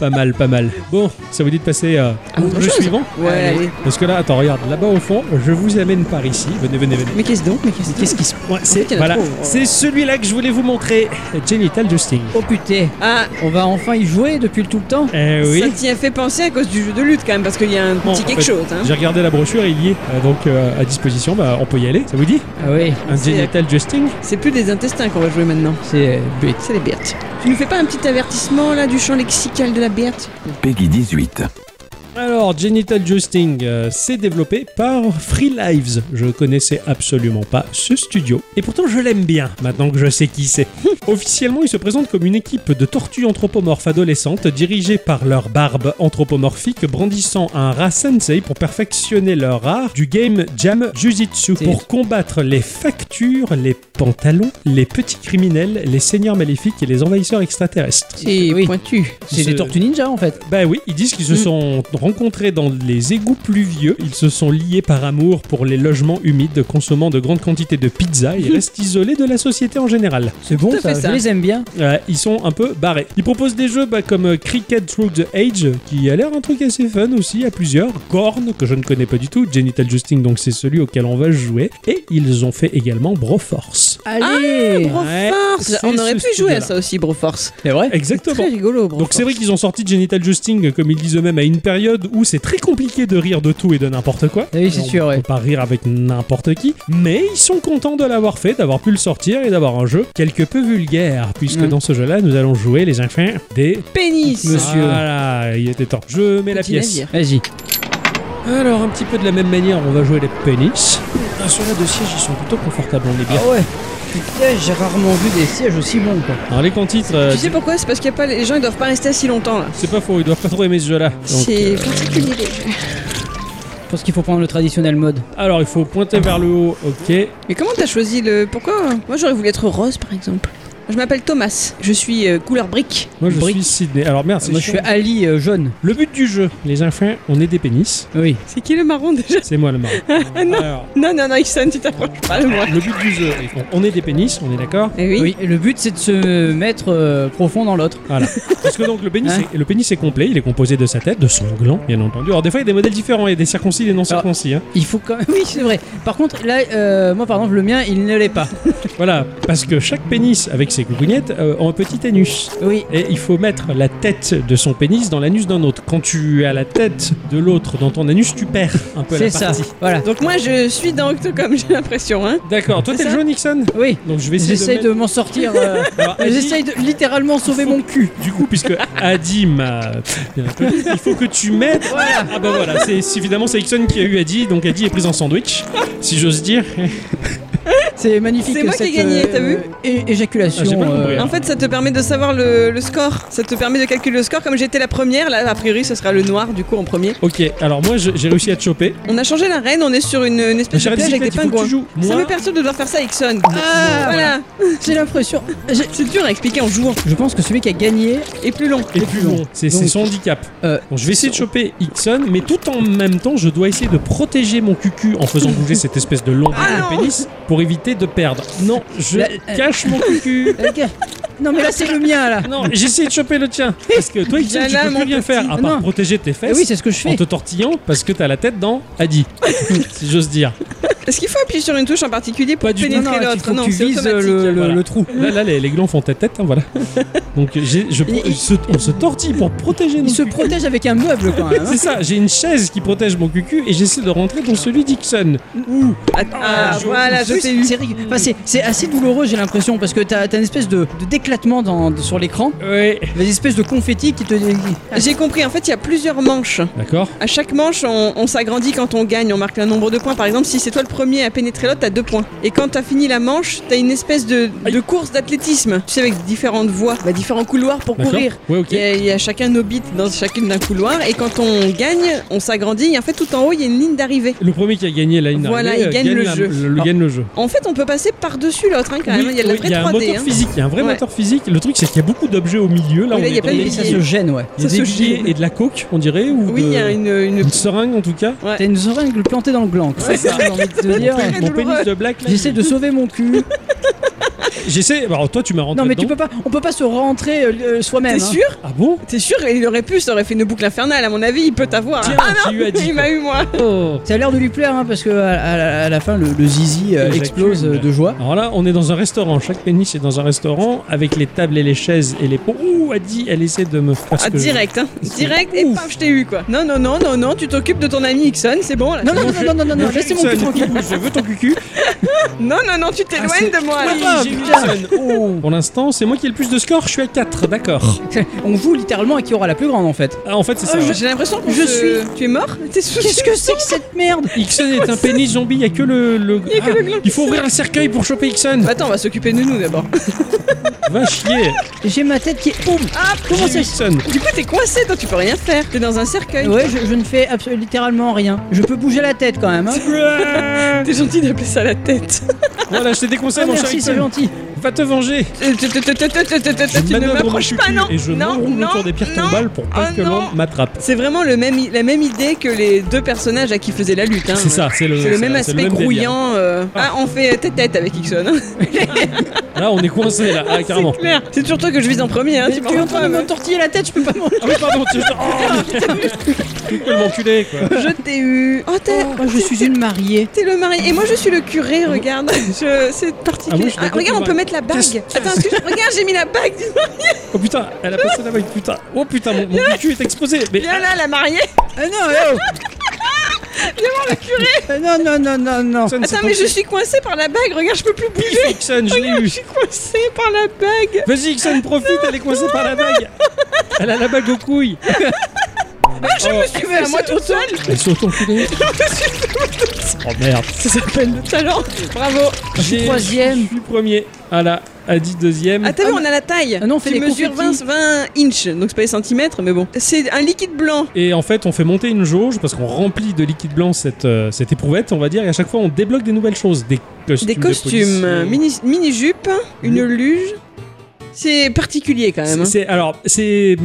C: Pas mal, pas mal. Bon, ça vous dit de passer euh, au
A: autre
C: jeu
A: chose.
C: suivant
A: Ouais,
B: Allez.
A: allez.
C: Parce que là, attends, regarde, là-bas au fond, je vous amène par ici. Venez, venez, venez.
A: Mais qu'est-ce donc Mais qu'est-ce
B: Qu'est-ce qui se.
C: Ouais,
A: fait, il y
C: c'est
A: en a
C: voilà,
A: trop. hein.
C: c'est celui-là que je voulais vous montrer. Genital Justing.
B: Oh putain,
A: Ah,
B: on va enfin y jouer depuis le tout le temps
C: Eh oui.
A: Oh, ça t'y a fait penser à cause du jeu de lutte quand même, parce qu'il y a un
C: Bon,
A: petit
C: en
A: quelque
C: fait,
A: chose. Hein.
C: J'ai regardé la brochure et il y est euh, donc euh, à disposition. Bah, on peut y aller. Ça vous dit
B: Ah oui,
C: Un
A: C'est-
C: genital justing
A: C'est plus des intestins qu'on va jouer maintenant.
B: c'est bête.
A: C'est les Berthes. Tu nous fais pas un petit avertissement là du champ lexical de la Berthe
D: Peggy 18.
C: Alors, genital justing, euh, c'est développé par Free Lives. Je connaissais absolument pas ce studio. Et pourtant, je l'aime bien, maintenant que je sais qui c'est. Officiellement, il se présente comme une équipe de tortues anthropomorphes adolescentes dirigées par leur barbe anthropomorphique brandissant un rasensei pour perfectionner leur art du game jam jujitsu
B: C'est-
C: pour combattre les factures, les pantalons, les petits criminels, les seigneurs maléfiques et les envahisseurs extraterrestres.
A: C'est
B: Oui.
A: pointu.
B: C'est
C: Ce-
B: des tortues ninja en fait.
C: Bah oui, ils disent qu'ils se
B: Mm.
C: sont rencontrés dans les égouts pluvieux. Ils se sont liés par amour pour les logements humides, consommant de grandes quantités de pizza et restent isolés de la société en général.
B: C'est bon
A: Tout à
B: ça,
A: fait ça.
B: je les aime bien.
C: Ouais, ils sont un peu barrés. Ils proposent des jeux bah, comme euh, Cricket Through the Age, qui a l'air un truc assez fun aussi, à plusieurs. Korn, que je ne connais pas du tout. Genital Justing, donc c'est celui auquel on va jouer. Et ils ont fait également Broforce.
B: Allez
C: Ouais,
A: Broforce
C: c'est
A: On aurait
C: ce
A: pu jouer à
C: studio-là.
A: ça aussi, Broforce.
B: Ah C'est vrai
A: Très
C: Exactement.
A: rigolo, Broforce.
C: Donc c'est vrai qu'ils ont sorti Genital Justing, comme ils disent eux-mêmes, à une période où c'est très compliqué de rire de tout et de n'importe quoi.
B: Ah oui, c'est
C: On
B: sûr, ouais.
C: peut pas rire avec n'importe qui, mais ils sont contents de l'avoir fait, d'avoir pu le sortir et d'avoir un jeu quelque peu vulgaire, puisque
B: Mm.
C: dans ce jeu-là, nous allons jouer les enfants des...
A: Pénis
B: Monsieur.
C: Voilà, il était temps. Je mets la
A: Petit
C: pièce.
A: navire.
B: Vas-y.
C: Alors, un petit
B: oh.
C: peu de la même manière, on va jouer les pénis. Ah, Ceux-là de siège, ils sont plutôt confortables, on est bien.
B: ouais Putain, j'ai rarement vu des sièges aussi bons quoi.
C: Alors les contitres, euh,
A: Tu sais pourquoi C'est parce qu'il y a pas les gens ils doivent pas rester assis longtemps là.
C: c'est pas faux, ils doivent pas trop aimer ce jeu-là. Donc,
A: C'est
C: euh,
A: particulier.
B: Je pense qu'il faut prendre le traditionnel mode.
C: Alors il faut pointer vers le haut, ok.
A: Mais comment t'as choisi le Pourquoi Moi j'aurais voulu être rose par exemple. Je m'appelle Thomas, je suis euh, couleur brique.
C: Moi je
B: Brique.
C: suis Sydney. Alors merde, c'est
B: Moi je
C: chiant.
B: suis Ali euh, jaune.
C: Le but du jeu, les enfants, on est des pénis.
B: Oui.
A: C'est qui le marron déjà
C: C'est moi le marron. Alors,
A: Non, non, non, Ixon, tu t'approches pas de moi.
C: le but du jeu, on- on est des pénis, on est d'accord
A: Eh oui.
B: Oui, et le but c'est de se mettre euh, profond dans l'autre.
C: Voilà. Parce que donc le pénis,
B: Hein
C: est, le pénis est complet, il est composé de sa tête, de son gland, bien entendu. Alors des fois il y a des modèles différents, il y a des circoncis et des non circoncis. hein.
B: Il faut quand même. Oui, c'est vrai. Par contre, là, euh, moi par exemple, le mien il ne l'est pas.
C: Voilà, parce que chaque pénis avec ses gougounettes euh, a un petit anus.
B: Oui.
C: Et il faut mettre la tête de son pénis dans l'anus d'un autre. Quand tu as la tête de l'autre dans ton anus, tu perds un peu la
B: C'est ça.
C: partie.
B: Voilà.
A: Donc moi je suis dans Octocom, j'ai l'impression. Hein.
C: D'accord, toi
A: C'est
C: t'es le
A: ça
C: jeu Nixon
B: Oui.
C: Donc je vais essayer
B: J'essaye de
C: de...
B: m'en sortir. euh,
C: Alors, Adi,
B: J'essaye de littéralement sauver mon cul.
C: Du coup, puisque Adi m'a... Il faut que tu m'aides. Ah bah voilà, c'est évidemment c'est Nixon qui a eu Adi, donc Adi est prise en sandwich, si j'ose dire.
B: C'est magnifique.
A: C'est moi qui ai
B: cette,
A: gagné,
B: euh,
A: t'as vu
B: é- Éjaculation. euh,
C: Ah, j'ai pas compris,
A: En fait, ça te permet de savoir le, le score. Ça te permet de calculer le score. Comme j'étais la première, là, a priori, ce sera le noir, du coup, en premier.
C: Ok, alors moi je- j'ai réussi à te choper.
A: On a changé la reine, on est sur une, une espèce de
C: Chère
A: plage avec des
C: bicyclette, il faut que
A: pingouins.
C: tu joues.
A: Ça
C: Moi,
A: me perturbe de devoir faire ça, Ixon.
B: Ah,
A: voilà.
B: J'ai l'impression. j'ai-
A: C'est dur à expliquer en jouant.
B: Je pense que celui qui a gagné.
A: Et plus long.
C: et plus long, c'est c'est
B: Donc-
C: son handicap.
B: euh,
C: Bon, je vais essayer de choper Ixon, mais tout en même temps, je dois essayer de protéger mon cucu en faisant bouger cette espèce de long
A: Ah non
C: pénis pour éviter de perdre. Non, je
B: La-
C: cache mon cucu.
B: euh, gars. non mais là c'est le mien là.
C: Non, j'essaie de choper le tien. Parce que toi, Ixon,
A: Viens
C: tu
A: là,
C: peux plus
A: mon
C: rien
A: petit.
C: faire à part
B: Non.
C: protéger tes
B: Eh
C: fesses
B: oui c'est ce que je
C: en
B: fais.
C: te tortillant parce que t'as la tête dans Adi, si j'ose dire.
A: Est-ce qu'il faut appuyer sur une touche en particulier pour
C: Pas du tout.
A: pénétrer
B: il
A: l'autre
B: faut que tu
A: c'est
B: vises
A: automatique.
B: le, le-
C: Voilà.
B: le trou.
C: Là, là les, les glands font tête-tête, hein, voilà. Donc, j'ai- je,
B: Il- il-
C: se- on se tortille pour protéger nos
B: Il se
C: cucus.
B: protège avec un meuble quand même. hein.
C: C'est ça, j'ai une chaise qui protège mon cucu et j'essaie de rentrer dans celui d'Ixon. Ouh,
A: Attends, Ah,
C: Ah, je-
A: voilà, je
B: Oui,
A: t'ai eu.
B: c'est rig- enfin, c'est- c'est assez douloureux, j'ai l'impression, parce que t'as t'as une espèce de, de déclatement dans, de- sur l'écran,
C: ouais.
B: des espèces de confettis qui te. Ah,
A: J'ai compris, en fait, il y a plusieurs manches.
C: D'accord.
A: À chaque manche, on, on s'agrandit quand on gagne, on marque un nombre de points. Par exemple, si c'est toi le premier à pénétrer l'autre, t'as deux points. Et quand t'as fini la manche, t'as une espèce de, de course d'athlétisme. Tu sais, avec différentes voies, bah, différents couloirs pour
C: D'accord.
A: courir.
C: Ouais, ok.
A: Il y, a, il y a chacun nos bits dans chacune d'un couloir. Et quand on gagne, on s'agrandit. Et en fait, tout en haut, il y a une ligne d'arrivée.
C: Le premier qui a gagné la ligne
A: Voilà,
C: d'arrivée,
A: il gagne
C: euh,
A: le
C: la-
A: jeu.
C: le- le- gagne le jeu.
A: En fait, on peut passer par-dessus l'autre, hein, quand même.
C: Oui,
A: Il y a de la
C: oui,
A: vraie
C: il y a un
A: 3D.
C: moteur
A: hein.
C: physique, il y a un vrai
A: Ouais.
C: moteur physique. Le truc, c'est qu'il y a beaucoup d'objets au milieu. Là,
A: Oui,
C: on
A: là, il y a
C: est
A: plein
C: dans
A: de
C: les-
B: Et ça se gêne, ouais.
C: il y a
A: ça
C: des
A: se
C: billets
A: gêne.
C: et de la coke, on dirait, ou
A: Oui,
C: de-
A: il y a une. une-
C: une seringue en tout cas.
B: T'as une seringue plantée dans le gland, quoi.
A: C'est ça.
B: J'ai envie de te dire.
A: Très
C: Mon
A: douloureux.
C: pénis de black. là,
B: J'essaie
C: il-
B: de sauver mon cul.
C: J'essaie. bah, Alors toi, tu m'as rentré
B: Non, mais tu
C: dedans.
B: peux pas. On peut pas se rentrer euh, euh, soi-même.
A: T'es
B: hein.
A: sûr
C: Ah bon
A: T'es sûr Il aurait pu, ça aurait fait une boucle infernale, à mon avis. Il peut t'avoir.
C: Tiens,
A: ah
C: tu
A: non
C: lui as dit.
A: Il m'a eu, moi.
C: Oh.
B: Ça a l'air de lui plaire, hein, parce que à, à la- à la fin, le, le zizi euh,
C: Exactement.
B: explose euh, de joie.
C: Alors là, on est dans un restaurant. Chaque pénis est dans un restaurant avec les tables et les chaises et les pots. Ouh, Adi, elle essaie de me faire. ce
A: Ah,
C: que je-
A: direct, hein. Direct, et
C: Ouf.
A: paf, je t'ai eu, quoi. Non, non, non, non, non, tu t'occupes de ton ami Ixon, c'est bon, là.
B: Non, non, non, non, non, non, non,
C: je-
B: laissez mon cul tranquille.
C: Je veux ton cucu.
A: non, non, non, tu t'éloignes
B: Ah,
A: de moi, là.
B: Ouais, bah,
C: j'ai eu
B: putain.
C: Wilson. Oh. Pour l'instant, c'est moi qui ai le plus de score. Je suis à 4, d'accord.
B: On joue littéralement à qui aura la plus grande, en fait.
C: Ah, en fait, c'est ça.
A: Oh,
C: ouais.
A: J'ai l'impression que
B: Je
A: Tu es mort T'es sous-
B: Qu'est-ce que c'est que cette merde
C: Ixon est un pénis zombie. Il n'y a que le. le-
A: Il y a que
C: Ah,
A: le gland.
C: il faut ouvrir un cercueil pour choper Ixon.
A: Bah, Attends, on va s'occuper de nous d'abord.
C: Va chier.
B: J'ai ma tête qui est. Boum
A: Ah,
B: Comment
C: J'ai
B: ça
C: eu Ixon.
A: Du coup, t'es coincé, toi, tu peux rien faire. T'es dans un cercueil.
B: Ouais, je, je ne fais absolu- littéralement rien. Je peux bouger la tête quand même. Hein.
A: T'es gentil d'appeler ça la tête.
C: Voilà, je t'ai déconseillé,
B: Ah,
C: mon cher
B: merci, c'est
C: Ixon.
B: gentil.
C: Va te venger.
A: Tu ne
C: manœuvre mon
A: m'approches pas,
C: cucu
A: non
C: Et je
A: Non,
C: m'enroule
A: non,
C: autour des pierres
A: non.
C: tombales pour pas
A: Oh,
C: que
A: non.
C: l'on m'attrape.
A: C'est vraiment le même, i- la même idée que les deux personnages à qui faisait la lutte. Hein.
C: C'est ça, c'est le,
A: C'est le même
C: c'est
A: aspect
C: délire.
A: grouillant. euh,
C: Ah.
A: Ah, on fait tête-tête avec Ixon. hein.
C: Là, on est coincé, là, ah, carrément.
A: C'est clair. C'est toujours toi que je vise en premier. Hein,
B: Mais
A: tu
B: tu es en
A: m'en
B: train de
A: veux pas,
B: me tortiller la tête, je peux pas manger.
C: Ah oui, pardon, tu oh, tu peux m'enculer, quoi.
A: mais- Je t'ai eu. Oh, t'es.
B: Oh, je suis une mariée.
A: T'es le mari. Et moi, je suis le curé, regarde. Je- C'est
C: Ah oui,
A: particulier.
C: je suis
A: Ah,
C: d'accord,
A: regarde, on
C: ouais.
A: peut mettre la bague.
C: Qu'est-ce-
A: Attends, excuse- regarde, j'ai mis la bague. Dis-moi,
C: Oh putain, elle a passé la bague, putain. Oh putain, mon, mon cul est exposé. Mais
A: viens là, la mariée.
B: Ah non, oh Viens voir le curé Non, non, non, non, non.
C: Ixon, c'est
A: Attends,
C: ton
A: mais je
C: cul.
A: suis coincée par la bague. Regarde, je peux plus bouger.
C: Pif, Ixon, je l'ai
A: Je
C: eu.
A: suis coincée par la bague.
C: Vas-y, Ixon, profite, elle est coincée par la bague. Elle a la bague aux couilles.
A: Ah, Je me suis fait à moi toute seule.
C: Elle saute ton cul.
A: Je me suis fait à moi toute
C: Oh merde.
A: Ça s'appelle le talent. Bravo.
B: Je suis
C: J'ai-
B: troisième.
C: Je suis premier. Voilà. Adi deuxième.
A: Ah, t'as vu, on a la taille.
B: Ah non, on fait
A: tu
B: des
A: mesures
B: confettis.
A: 20, 20 inches, donc c'est pas les centimètres, mais bon. C'est un liquide blanc.
C: Et en fait, on fait monter une jauge parce qu'on remplit de liquide blanc cette, euh, cette éprouvette, on va dire, et à chaque fois, on débloque des nouvelles choses. Des costumes.
A: Des
C: de
A: costumes,
C: policiers.
A: euh, mini- mini-jupe, une luge. C'est particulier quand même. hein.
C: C'est- C'est alors c'est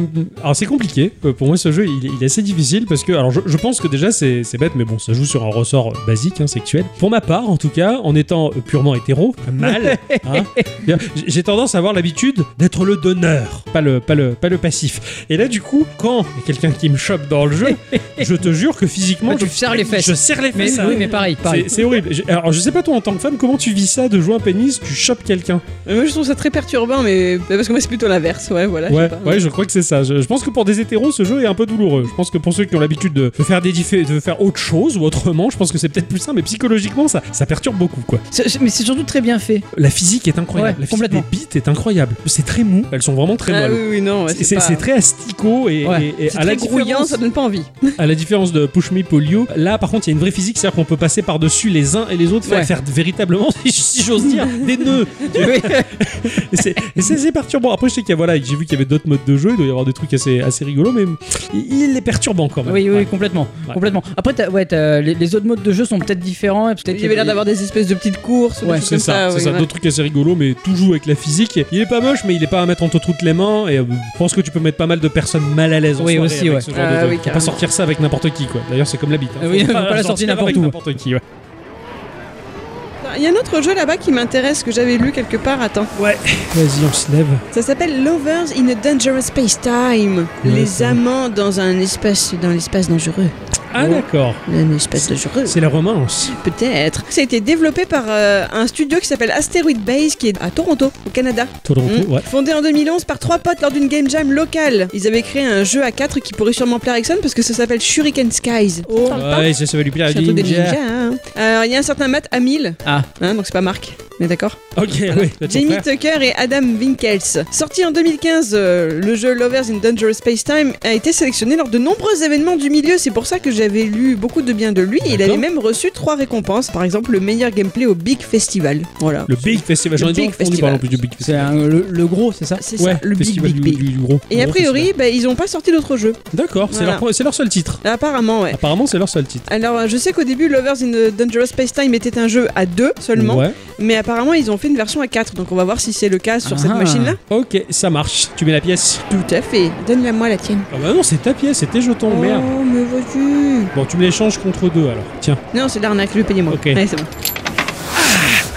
C: alors c'est compliqué Euh, pour moi ce jeu il, est- il est assez difficile parce que alors je, je pense que déjà c'est c'est bête mais bon ça joue sur un ressort euh, basique hein, sexuel pour ma part en tout cas en étant euh, purement hétéro mal hein, bien, j- j'ai tendance à avoir l'habitude d'être le donneur pas le pas le pas le passif et là du coup quand il y a quelqu'un qui me chope dans le jeu je te jure que physiquement
A: Ah,
B: Bah, tu
C: je
B: serres les fesses.
C: je serre les
B: Mais
C: fesses hein.
B: oui, mais pareil, pareil.
C: C'est- c'est horrible. Je- Alors, je sais pas, toi, en tant que femme, comment tu vis ça de jouer un pénis, tu chopes quelqu'un
A: Euh, Moi je trouve ça très perturbant, mais mais parce que moi c'est plutôt l'inverse, ouais, voilà. Ah, je
C: Ouais,
A: sais pas.
C: ouais, je crois que c'est ça. Je, je pense que pour des hétéros, ce jeu est un peu douloureux. Je pense que pour ceux qui ont l'habitude de, de faire des diffé- de faire autre chose ou autrement, je pense que c'est peut-être plus simple. Mais psychologiquement, ça, ça perturbe beaucoup, quoi.
B: C'est- c'est- Mais c'est surtout très bien fait.
C: La physique est incroyable.
B: Ouais,
C: La physique
B: complètement.
C: des bites est incroyable. C'est très mou. Elles sont vraiment très
A: Ah
C: molles.
A: oui, oui, non, ouais,
C: C'est- C'est
A: pas-
C: c'est très asticot et,
B: Ouais.
C: et- et
A: c'est
C: à, la
A: très grouillant,
C: différence,
A: ça donne pas envie.
C: à la différence de Push Me Polio, là par contre il y a une vraie physique, c'est-à-dire qu'on peut passer par-dessus les uns et les autres, faire,
B: Ouais.
C: faire véritablement, si j'ose dire, des nœuds.
B: Oui.
C: Et c'est et c'est- c'est perturbant. Après, je sais qu'il y a, voilà, j'ai vu qu'il y avait d'autres modes de jeu, il doit y avoir des trucs assez, assez rigolos, mais il est perturbant quand même.
B: Oui, oui,
C: Ouais.
B: oui, complètement,
C: Ouais.
B: complètement. Après, t'as- ouais, t'as- les, les autres modes de jeu sont peut-être différents. et peut-être
A: Il y avait l'air d'avoir des espèces de petites courses. ou des
B: Ouais,
A: choses
C: C'est
A: comme
C: ça, c'est
A: ouais,
C: ça.
A: ouais.
C: D'autres trucs assez rigolos, mais toujours avec la physique. Il est pas moche, mais il est pas à mettre entre toutes les mains. Et euh, je pense que tu peux mettre pas mal de personnes mal à l'aise en
B: Oui,
C: soirée
B: aussi,
C: avec
B: ouais.
C: ce genre de
A: Ah,
C: truc.
A: oui,
C: Faut pas
A: carrément.
C: sortir ça avec n'importe qui, quoi. D'ailleurs, c'est comme la bite. hein.
B: Ah oui, faut pas la sortir n'importe
C: avec
B: où.
C: n'importe qui, ouais.
A: Il y a un autre jeu là-bas qui m'intéresse, que j'avais lu quelque part, attends.
C: Vas-y, on se lève.
A: Ça s'appelle Lovers in a Dangerous Space Time.
C: Ouais,
A: Les
C: ça.
A: amants dans un espace, dans l'espace dangereux.
C: Ah,
A: Bon.
C: d'accord.
A: Un espace dangereux.
C: C'est la romance.
A: Peut-être. Ça a été développé par euh, un studio qui s'appelle Asteroid Base, qui est à Toronto, au Canada.
C: Toronto,
A: Mm.
C: ouais.
A: Fondé en 2011 par trois potes lors d'une game jam locale. Ils avaient créé un jeu à quatre qui pourrait sûrement plaire à Exxon parce que ça s'appelle Shuriken Skies. Oh,
C: Ouais, ça, ça va lui plaire à
A: Château des
C: Ninja.
A: ninjas. hein. Alors, il y a un certain Matt Hamill.
B: Ah.
A: Hein, donc c'est pas Marc. On est d'accord
C: Ok, ouais. c'est ton
A: Jamie
C: frère.
A: Tucker et Adam Winkels. Sorti en 2015, euh, le jeu Lovers in Dangerous Space Time a été sélectionné lors de nombreux événements du milieu. C'est pour ça que j'avais lu beaucoup de bien de lui. Il
C: D'accord.
A: avait même reçu trois récompenses. Par exemple, le meilleur gameplay au Big Festival. Voilà.
C: Le Big Festival. J'en ai
A: Le
C: déjà
A: Big
C: entendu
A: Festival.
C: parler en plus du Big
B: C'est
C: Festival.
B: un- le, le gros, c'est ça
A: C'est
C: Ouais,
A: ça, le Big
C: festival
A: Big
C: du-
A: Big.
C: du- du gros.
A: Et a
C: gros festival.
A: priori, bah, ils n'ont pas sorti d'autres jeux.
C: D'accord, c'est
A: Voilà.
C: leur, c'est leur seul titre.
A: Apparemment, ouais.
C: Apparemment, c'est leur seul titre.
A: Alors, je sais qu'au début, Lovers in the Dangerous Space Time était un jeu à deux seulement,
C: Ouais.
A: mais apparemment, ils ont fait une version à quatre. Donc, on va voir si c'est le cas sur cette
B: Ah.
A: machine-là.
C: Ok, ça marche. Tu mets la pièce.
A: Tout à fait. Donne-la moi la tienne.
C: Ah bah non, c'est ta pièce, c'est tes jetons, merde.
A: Oh, me vois-tu
C: Bon, tu me l'échanges contre deux alors. Tiens.
A: Non, c'est de l'arnaque, le payez-moi.
C: Ok.
A: Ouais, c'est bon.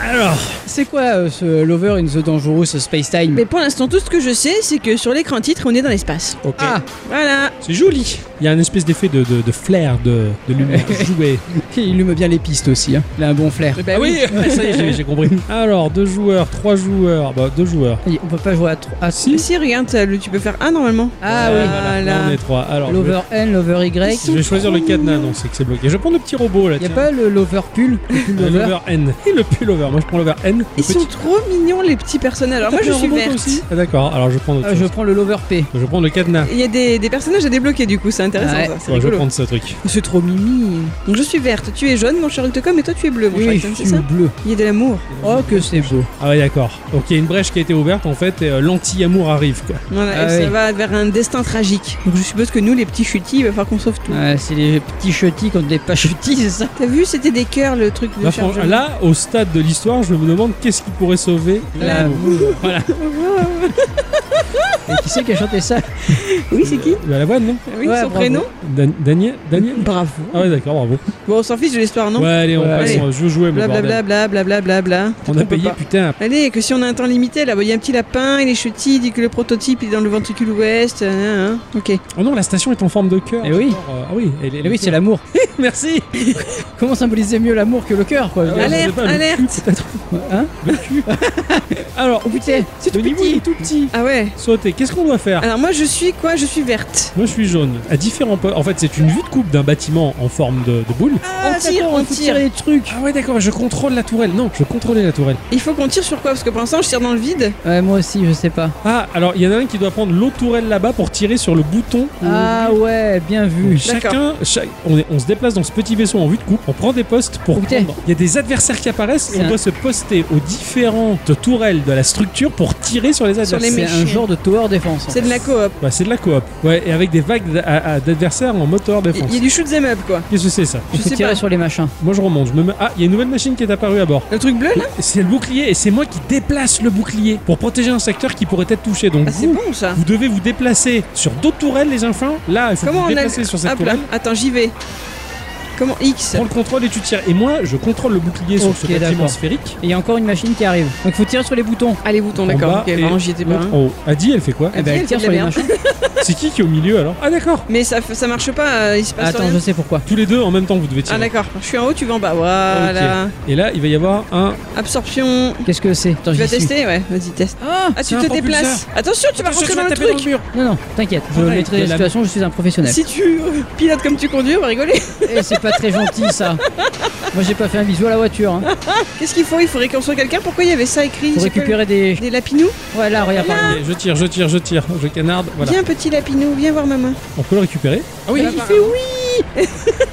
C: Alors.
B: C'est quoi euh, ce Lover in the Dangerous Space Time
A: Mais pour l'instant, tout ce que je sais, c'est que sur l'écran titre, on est dans l'espace.
C: Ok.
B: Ah,
A: Voilà.
C: C'est joli. Il y a un espèce d'effet de, de, de flair de, de lumière jouée.
B: il hume bien les pistes aussi. hein. Il a un bon flair.
A: Bah
C: Ah, ça y est, j'ai- j'ai compris. Alors, deux joueurs, trois joueurs. Bah, deux joueurs.
B: Et On peut pas jouer à trois. Ah, si.
A: Si, regarde, ça, le- tu peux faire un normalement.
B: Ah
C: Ouais,
B: oui.
C: voilà.
A: Voilà.
C: Là, on est trois. Alors, je vais,
B: Lover N, Lover Y.
C: je vais choisir le cadenas. Non, c'est que c'est bloqué. Je prends le petit robot là.
B: Y a
C: tiens.
B: pas le Lover Pull Le pull
C: Euh,
B: Lover
C: l'over N. Et le pull over. Moi, je prends l'over N. le
A: Ils
C: petit.
A: sont trop mignons, les petits personnages. Alors,
C: T'as
A: moi,
C: pris
A: je
C: un
A: suis
C: robot, toi
A: verte.
C: aussi Ah, D'accord, alors je prends autre
B: Ah, je
C: chose.
B: prends le Lover P.
C: Je... prends le cadenas.
A: Il y a des, des personnages à débloquer, du coup, c'est intéressant
B: Ouais.
A: ça. C'est
C: Ouais, je vais
A: rigolo.
C: prendre ce truc.
A: C'est trop mimi. Donc je suis verte, tu es jaune, mon cher Octocom, et toi tu es bleu, mon
B: Oui,
A: cher Octocom,
B: je
A: c'est
B: suis
A: ça
B: bleu.
A: Il y a de l'amour.
B: Oh, que c'est beau.
C: Ah ouais, d'accord. Donc il y a une brèche qui a été ouverte en fait, et euh, l'anti-amour arrive quoi.
A: Voilà,
B: Ah
A: et ça
B: oui.
A: va vers un destin tragique. Donc je suppose que nous, les petits chutis, il va falloir qu'on sauve tout.
B: Ah, c'est les petits chutis contre les pas chutis, c'est ça
A: T'as vu, c'était des cœurs le truc de
C: Là, fran-
A: chargement.
C: là, au stade de l'histoire, je me demande qu'est-ce qui pourrait sauver
B: La
C: l'amour. Voilà.
B: Et qui c'est qui a chanté ça
A: oui, c'est qui
C: Bah, la voix, non
A: Ah Oui,
B: Ouais,
A: son
B: bravo.
A: prénom
C: Dan- Daniel Daniel
B: Bah.
A: Bravo.
C: Ah ouais, d'accord, bravo.
A: Bon, on s'en fiche de l'histoire, non
C: ouais, allez, on
B: Ouais,
C: passe.
A: allez.
C: on- Je veux jouer, mon bordel.
A: Blablabla, blablabla, blablabla.
C: On a
A: peut
C: payé,
A: pas.
C: putain.
A: Allez, que si on a un temps limité, là, bah, il y a un petit lapin, il est chutis, il dit que le prototype il est dans le ventricule ouest. hein, hein. Ok.
C: Oh non, la station est en forme de cœur.
B: Eh oui.
C: J'adore, euh, Ah oui, elle,
B: Eh oui, c'est l'amour.
C: Merci.
B: Comment symboliser mieux l'amour que le cœur, quoi
C: ouais, je sais
A: alerte,
C: pas, le cul,
A: alerte
B: Hein
C: Alors,
B: Oh putain, c'est
C: le
B: tout
C: niveau
B: petit
C: est tout petit.
A: Ah ouais
C: Sauter, qu'est-ce qu'on doit faire
A: Alors moi, je suis quoi Je suis verte.
C: Moi, je suis jaune. À différents postes. en fait, c'est une vue de coupe d'un bâtiment en forme de, de boule.
A: on tire, Ah, on tire.
B: les trucs.
C: Ah ouais, d'accord, je contrôle la tourelle. Non, je contrôlais la tourelle.
A: Il faut qu'on tire sur quoi Parce que pour l'instant, je tire dans le vide.
B: Ouais, moi aussi, je sais pas.
C: Ah, alors il y en a un qui doit prendre l'autre tourelle là-bas pour tirer sur le bouton.
B: Ah ouais, bien vu.
C: Donc, chacun, chaque- on, est- on se déplace dans ce petit vaisseau en vue de coupe, on prend des postes pour
B: Ok.
C: prendre. Il y a des adversaires qui apparaissent et
B: C'est
C: on
B: un-
C: doit se poster aux différentes tourelles de la structure pour tirer sur les adversaires.
A: les
B: C'est un
A: méchants.
B: genre de tower défense. en
A: C'est de la coop.
C: Ouais, Bah, c'est de la coop. Ouais, et avec des vagues d'a- à- à- d'adversaires en moteur défense.
A: Il y a du shoot them up quoi.
C: Qu'est-ce que c'est ça
B: Il
A: Je
B: faut
A: sais
B: tirer
A: pas.
B: sur les machins.
C: Moi je remonte, je me mets. Ah, il y a une nouvelle machine qui est apparue à bord.
A: Le truc bleu là
C: C'est le bouclier et c'est moi qui déplace le bouclier pour protéger un secteur qui pourrait être touché. Donc
A: Ah, c'est
C: vous,
A: bon ça.
C: vous devez vous déplacer sur d'autres tourelles les enfants. Là, il faut
A: Comment
C: vous
A: on a.
C: déplacer sur cette
A: Hop là,
C: tourelle.
A: attends, j'y vais. Comment X
C: Prends le contrôle et tu tires. Et moi, je contrôle le bouclier sur
B: Ok,
C: ce bâtiment
B: d'accord.
C: sphérique.
B: Et il y a encore une machine qui arrive. Donc faut tirer sur les boutons.
A: Allez, bouton,
C: En
A: d'accord.
C: bas
A: Ok,
C: et
A: non, j'y étais pas.
C: l'autre
A: hein.
C: en haut. Adi, elle fait quoi
A: Ah,
B: Eh
A: si,
B: ben, elle
A: elle
B: tire
A: fait
B: sur
A: de
B: les
A: la
B: machins.
C: C'est qui qui est au milieu alors Ah d'accord.
A: hein. Mais ça, f- ça marche pas, euh, il se passe
B: Attends,
A: rien.
B: je sais pourquoi.
C: Tous les deux en même temps, vous devez
A: Ah
C: tirer.
A: d'accord, je suis en haut, tu vas en bas. Voilà.
C: et là, il va y avoir un.
A: Absorption.
B: Qu'est-ce que c'est Attends,
A: Tu vas
C: Ah,
B: j'y suis.
A: tester Ouais, vas-y, teste.
B: Ah
A: Ah, tu
C: C'est un
A: te déplaces. Attention, tu vas
C: Attention,
A: rentrer
C: tu
A: dans
C: vas
A: le
C: taper
A: truc.
C: mur.
B: Non, non, t'inquiète. Je
C: Pareil,
B: maîtrise
C: mais
B: la
C: la-
B: situation, je suis un professionnel.
A: Si tu euh, pilotes comme tu conduis, on va rigoler.
B: Eh, c'est pas très gentil ça. Moi j'ai pas fait un bisou à la voiture. Hein.
A: Qu'est-ce qu'il faut Il faut réconcilier quelqu'un Pourquoi il y avait ça écrit
B: Pour
A: J'ai pas
B: récupérer des.
A: le- Des lapinous
B: Ouais, là, regarde. par
C: Allez, je tire, je tire, je tire. Je canarde. Voilà.
A: Viens, petit lapinou, viens voir maman.
C: On peut le récupérer. Ah oui,
A: Il fait oui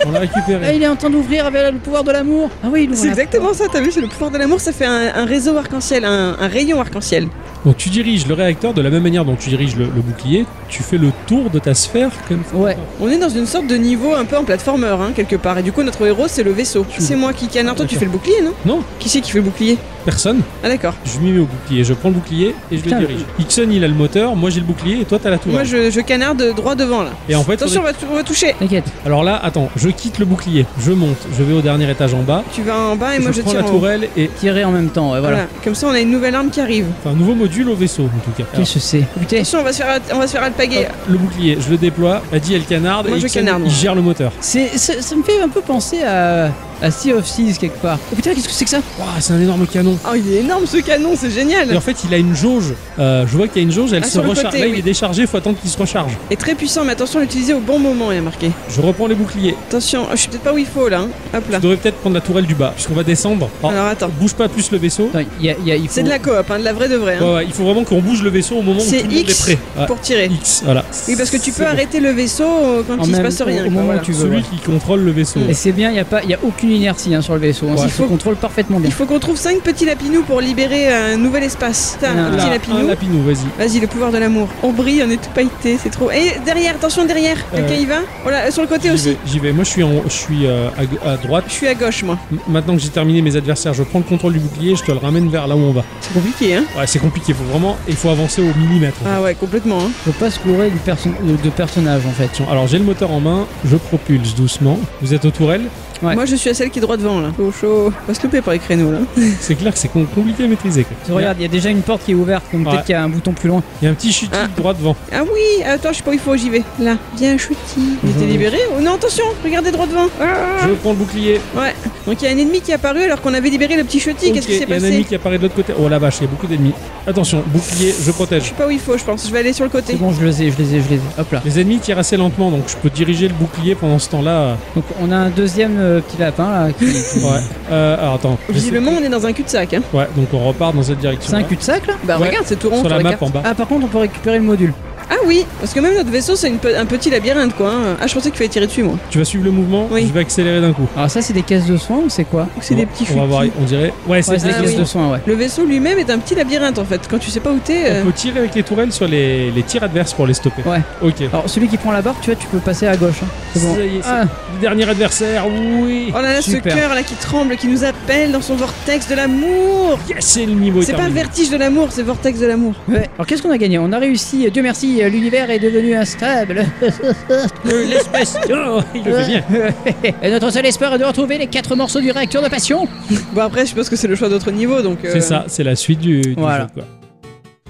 C: on l'a
B: là. Ah,
C: récupéré.
B: il est en train d'ouvrir avec le pouvoir de l'amour. Ah oui, il ouvre.
A: C'est
B: la-
A: exactement ça, t'as vu C'est le pouvoir de l'amour, ça fait un, un réseau arc-en-ciel, un, un rayon arc-en-ciel.
C: Donc tu diriges le réacteur de la même manière dont tu diriges le, le bouclier. Tu fais le tour de ta sphère comme ça.
B: Ouais,
A: On est dans une sorte de niveau un peu en platformer, hein, quelque part. Et du coup, notre héros, c'est le vaisseau.
C: Je-
A: C'est moi qui canard. Toi, tu
C: D'accord.
A: fais le bouclier, non
C: Non.
A: Qui c'est qui fait le bouclier
C: Personne.
A: Ah d'accord.
C: Je m'y mets au bouclier. Je prends le bouclier et je
B: Putain,
C: le dirige. Ixon, il a le moteur. Moi, j'ai le bouclier et toi, t'as la tour.
A: Moi, je, je canarde droit devant, là.
C: Et en fait, on est-
A: Attention, on va, tou- on va toucher.
B: t'inquiète.
C: alors là, attends, je quitte le bouclier. Je monte. Je vais au dernier étage en bas.
A: Tu vas en bas et moi, je,
C: prends
A: tire
C: la
A: en haut.
C: tourelle et
B: Tirer en même temps, ouais, voilà.
A: Voilà. Comme ça, on a une nouvelle arme qui arrive.
C: Enfin, un nouveau module au vaisseau en tout cas. Alors,
B: Qu'est-ce que c'est Putain,
A: Attention, on va se faire, at- on va se faire alpaguer.
B: Oh.
C: hop, le bouclier, je le déploie. Adi elle canarde.
A: Moi,
C: et
A: je
C: Ixon,
A: canarde,
C: Il
A: moi.
C: gère le moteur.
B: c'est- ça, ça me fait un peu penser à, à Sea of Seas quelque part. Oh putain, qu'est-ce que c'est que ça
C: Ouah, c'est un énorme canon.
A: Oh, il est énorme ce canon, c'est génial.
C: Et en fait, il a une jauge. Euh, je vois qu'il y a une jauge. Elle
A: Ah,
C: se
A: sur le
C: recharge.
A: côté,
C: Là, il
A: oui.
C: est déchargé. Faut attendre qu'il se recharge.
A: Et très puissant, mais attention à l'utiliser au bon moment, il y a marqué.
C: Je reprends les boucliers.
A: Attention, oh, je suis peut-être pas où il faut là. hein. Hop là.
C: Je devrais peut-être prendre la tourelle du bas puisqu'on va descendre. Alors,
A: Alors attends,
C: bouge pas plus le vaisseau.
B: Attends, il y a, il y a- il faut...
A: c'est de la coop, hein, de la vraie de vraie. hein,
C: Ouais, ouais, il faut vraiment qu'on bouge le vaisseau au moment où tout
A: C'est
C: le monde est
A: X
C: prêt. Ouais,
A: Pour tirer.
C: X, voilà.
A: Oui, parce que tu peux
C: C'est bon.
A: arrêter le vaisseau euh, quand
B: En
A: il se
B: même-
A: passe rien.
B: au
A: quoi,
B: moment où
A: voilà.
B: tu veux.
C: Celui
B: ouais.
C: qui contrôle le vaisseau.
B: Et c'est bien, il n'y a, pas- il y a aucune inertie hein, sur le vaisseau. hein,
C: Ouais.
B: Il se contrôle parfaitement bien.
A: Il faut qu'on trouve 5 petits lapinous pour libérer un nouvel espace. T'as
B: Là,
A: un
C: Là,
A: petit
C: un
A: lapinou.
C: lapinou, vas-y.
A: Vas-y, le pouvoir de l'amour. On brille, on est tout pailleté, c'est trop. Et derrière, attention derrière. Quelqu'un
C: Euh,
A: y va Voilà, sur le côté
C: J'y
A: aussi.
C: vais, j'y vais. Moi, je suis, en, je suis euh, à, g- à droite.
A: Je suis à gauche, moi.
C: M- Maintenant que j'ai terminé mes adversaires, je prends le contrôle du bouclier, je te le ramène vers là où on va.
A: C'est compliqué, hein
C: Ouais, c'est compliqué, faut vraiment. Il faut avancer au millimètre. en fait.
A: Ah ouais, complètement. hein.
B: Faut pas se courir du perso- de, de personnage en fait.
C: Attention, Alors, j'ai le moteur en main, je propulse doucement. Vous êtes aux tourelles
B: Ouais.
A: Moi, je suis à celle qui est droit devant, là. Chaud, chaud. On va se louper par les créneaux, là.
C: C'est clair que c'est com- compliqué à maîtriser. quoi.
B: Tu regardes, il y a déjà une porte qui est ouverte, donc
C: Ouais.
B: peut-être qu'il y a un bouton plus loin.
C: Il y a un petit chute
A: Ah.
C: droit devant.
A: Ah oui, attends, je sais pas où il faut, j'y vais. Là, viens, chouti. Il était
C: Mhm.
A: libéré Oh non, attention, regardez droit devant. Ah
C: Je prends le bouclier.
A: Ouais, donc il y a un ennemi qui est apparu alors qu'on avait libéré le petit chouti.
C: Ok,
A: Qu'est-ce qui s'est
C: Il y a un ennemi
A: passé
C: qui apparaît de l'autre côté. Oh la vache, il y a beaucoup d'ennemis. Attention, bouclier, je
A: Je
C: protège.
A: sais pas où il faut, je pense. Je vais aller sur le côté.
B: C'est bon, je les ai, je les ai, je les ai. Hop là.
C: Les ennemis tirent assez lentement, donc je peux diriger le bouclier pendant ce temps-là.
B: Donc on a un deuxième euh, petit lapin là. Qui, qui-
A: Hmm.
C: Ouais. Euh, alors attends.
A: Visiblement, on est dans un cul-de-sac. Hein.
C: Ouais, donc on repart dans cette direction.
B: C'est un cul-de-sac là
A: Bah
C: Ouais.
A: regarde, c'est tout rond
C: Sur la
A: sur
C: map hein.
A: carte.
C: en bas.
B: Ah par contre on peut récupérer le module.
A: Ah oui, parce que même notre vaisseau, c'est une pe- un petit labyrinthe quoi. hein. Ah, je pensais qu'il fallait tirer dessus moi.
C: Tu vas suivre le mouvement,
A: Oui.
C: je vais accélérer d'un coup.
B: Alors ça c'est des caisses de soins ou Oh, c'est quoi
A: Donc c'est des petits
C: On va
A: choutis.
C: voir, on dirait. Ouais, c'est
B: Ouais c'est des
A: Ah
B: caisses
A: oui.
B: de soins ouais.
A: Le vaisseau lui-même est un petit labyrinthe en fait. Quand tu sais pas où t'es. euh,
C: On peut tirer avec les tourelles sur les, les tirs adverses pour les stopper.
B: Ouais.
C: Ok.
B: Alors celui qui prend la barre tu vois tu peux passer à gauche. hein. C'est bon.
C: Ça y est, c'est
B: Ah,
C: le dernier adversaire, oui.
A: Oh là là,
B: Super.
A: ce cœur là qui tremble, qui nous appelle dans son vortex de l'amour.
C: Yes, c'est le niveau. est
A: Oh. C'est pas
C: terminé.
A: vertige de l'amour, c'est vortex de l'amour.
B: ouais. Alors qu'est-ce qu'on a gagné On a réussi, euh, Dieu merci, euh, l'univers est devenu instable.
C: Euh, L'espèce. Oh, il
A: Euh.
C: le fait bien.
B: Et notre seul espoir est de retrouver les quatre morceaux du réacteur de passion.
A: Bon après, je pense que c'est le choix d'autres niveaux donc. euh,
C: C'est ça, c'est la suite du, du
B: Voilà.
C: jeu. Quoi.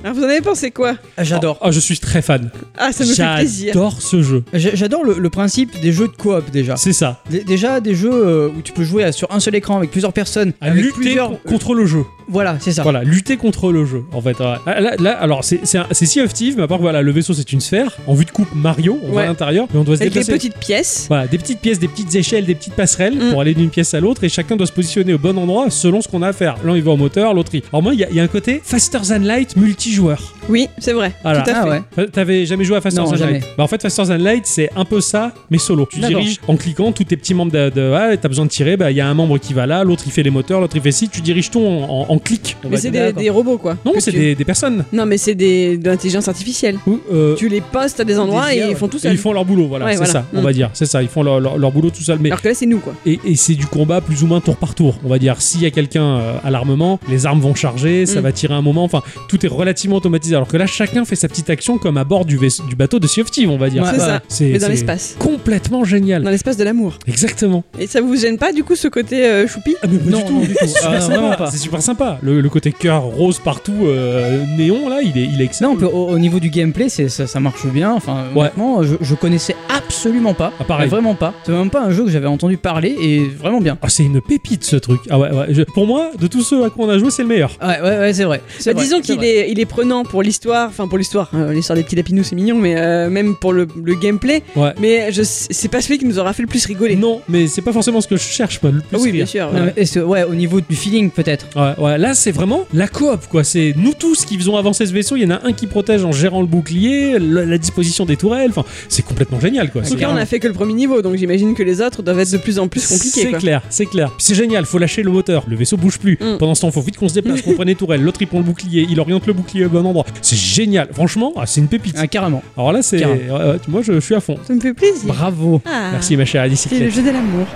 A: Alors, vous en avez pensé quoi
B: Ah, J'adore.
C: Ah, je suis très fan.
A: Ah, ça me fait plaisir.
C: J'adore ce jeu.
B: J'a- J'adore le, le principe des jeux de coop déjà.
C: C'est ça.
B: Dé- Déjà des jeux euh, où tu peux jouer à- sur un seul écran avec plusieurs personnes,
C: À
B: avec
C: lutter
B: plusieurs.
C: con- contre le jeu.
B: Voilà, c'est ça.
C: Voilà, lutter contre le jeu, en fait. ouais. Ah, Là, là, alors, c'est c'est un- c'est Sea of Thieves, mais à part que, voilà, le vaisseau, c'est une sphère. En vue de coupe Mario, on va
A: Ouais.
C: à l'intérieur, mais on doit se
A: Avec des
C: déplacer.
A: petites pièces.
C: Voilà, des petites pièces, des petites échelles, des petites passerelles
A: Mm.
C: pour aller d'une pièce à l'autre et chacun doit se positionner au bon endroit selon ce qu'on a à faire. L'un il va au moteur, l'autre il. Alors moi il y, a- il y a un côté Faster Than Light multijoueur.
A: Oui, c'est vrai.
C: Voilà.
A: Tout à
B: Ah
A: fait.
B: ouais.
C: Euh, T'avais jamais joué à Faster
B: Non,
C: Than
B: jamais.
C: Light Bah en fait Faster Than Light c'est un peu ça mais solo. Tu
B: D'accord.
C: diriges en cliquant tous tes petits membres de, de- ah, t'as besoin de tirer, bah il y a un membre qui va là, l'autre il fait les moteurs, l'autre il fait ci, tu diriges tout en, en- en clic. on
A: Mais
C: va
A: c'est
C: dire.
A: des,
B: d'accord.
A: des robots quoi.
C: Non
A: Que
C: c'est
A: tu-
C: des, des personnes.
A: Non, mais c'est des... de l'intelligence artificielle.
C: Ou, euh,
A: Tu les postes à des endroits
B: IA,
A: et
B: ouais.
A: ils font tout
C: et
A: ça.
C: ils font leur boulot, voilà,
A: Ouais,
C: c'est
A: voilà.
C: ça, on
A: Mm.
C: va dire, c'est ça, ils font leur, leur- leur boulot tout seul. Mais
A: Alors que là, c'est nous quoi.
C: Et, et c'est du combat plus ou moins tour par tour. On va dire, s'il y a quelqu'un euh, à l'armement, les armes vont charger, ça
A: Mm.
C: va tirer un moment. Enfin, tout est relativement automatisé. Alors que là, chacun fait sa petite action comme à bord du, vais- du bateau de Sea of Thieves, on va dire.
B: Ouais,
A: c'est
B: bah,
A: ça.
C: C'est-
A: Mais dans
C: c'est
A: l'espace.
C: Complètement génial.
A: Dans l'espace de l'amour.
C: Exactement.
A: Et ça vous gêne pas du coup ce côté euh, choupi
C: Ah, mais pas
B: Non,
C: du tout.
B: non, du tout.
C: C'est super
B: Ah,
C: sympa.
B: vraiment pas.
C: C'est super sympa. Le, le côté cœur rose partout, euh, néon, là, il est, il est
B: Non,
C: excellent.
B: on peut- au, au niveau du gameplay, c'est, ça, ça marche bien. Enfin,
C: Ouais.
B: honnêtement, je, je connaissais absolument pas.
C: Ah, pareil.
B: Mais Vraiment pas. C'est même pas un jeu que j'avais entendu parler et vraiment bien.
C: Ah, c'est une pépite ce truc. Ah ouais, ouais. Je- pour moi, de tous ceux à quoi on a joué, c'est le meilleur.
B: Ouais, ouais, ouais, c'est vrai. C'est
A: Bah,
B: vrai,
A: disons
B: c'est
A: qu'il
B: vrai.
A: est, il est prenant pour l'histoire, enfin pour l'histoire, euh, l'histoire des petits lapinous c'est mignon, mais euh, même pour le, le gameplay.
C: Ouais.
A: Mais je, c'est pas celui qui nous aura fait le plus rigoler.
C: Non, mais c'est pas forcément ce que je cherche, moi, le plus.
A: Ah oui, bien
C: rire.
A: sûr.
B: Non,
A: ouais.
B: mais- et c'est- ouais, au niveau du feeling peut-être.
C: Ouais, ouais, là c'est vraiment la coop quoi. C'est nous tous qui faisons avancer ce vaisseau. Il y en a un qui protège en gérant le bouclier, le- la disposition des tourelles. Enfin, c'est complètement génial quoi.
B: Ok,
C: C'est
A: Là, on
C: carrément-
A: a fait que le premier niveau, donc j'imagine que les autres doivent être de plus en plus compliqués.
C: C'est
A: quoi.
C: clair, c'est clair. Puis C'est génial, faut lâcher le moteur, le vaisseau bouge plus.
A: Mm.
C: Pendant ce temps, faut vite qu'on se déplace, qu'on prenne les tourelles, l'autre il prend le bouclier, il oriente le bouclier au bon endroit. C'est génial, franchement, ah, c'est une pépite.
B: Ah, carrément.
C: Alors là, c'est.
B: Carrément.
C: ouais, ouais, moi je, je suis à fond.
A: Ça me fait plaisir.
B: Bravo.
A: Ah,
C: Merci ma chère Alice. Eh ben,
A: C'est le jeu de l'amour.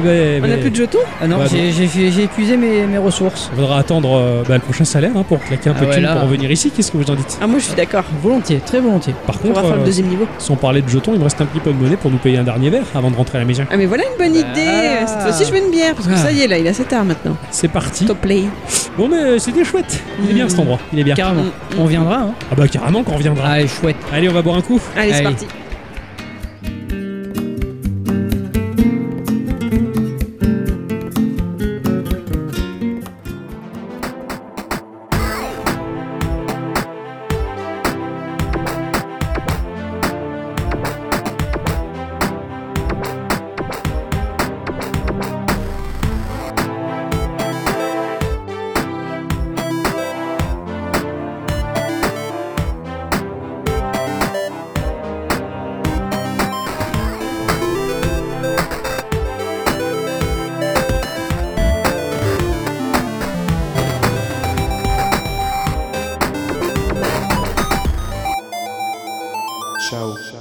A: On a plus de jetons
B: Ah non,
C: Ouais,
B: j'ai, j'ai fait- j'ai épuisé mes, mes ressources.
C: Il faudra attendre euh, bah, le prochain salaire hein, pour claquer un
B: Ah
C: peu de
B: ouais,
C: thunes
B: là.
C: pour revenir ici. Qu'est-ce que vous en dites
A: Ah, moi je suis d'accord.
B: Volontiers, très volontiers.
C: Par
A: Ah, On
C: contre,
A: va faire
C: euh,
A: le deuxième niveau.
C: Sans parler de jetons, il me reste un petit peu de monnaie pour nous payer un dernier verre avant de rentrer à la maison.
A: Ah, mais voilà une bonne
B: Bah.
A: idée. Cette fois-ci, je veux une bière parce que
B: Ah.
A: ça y est, là, il a assez tard maintenant.
C: C'est parti.
A: Top play.
C: Bon, mais euh, c'était chouette. Il est bien
B: Mm.
C: cet endroit. Il est bien.
B: Carrément.
A: Mm, mm.
B: On viendra. Hein.
C: Ah bah carrément qu'on reviendra.
B: Ah, chouette.
C: Allez, on va boire un coup.
A: Allez, c'est
B: Allez.
A: parti.
D: Ciao.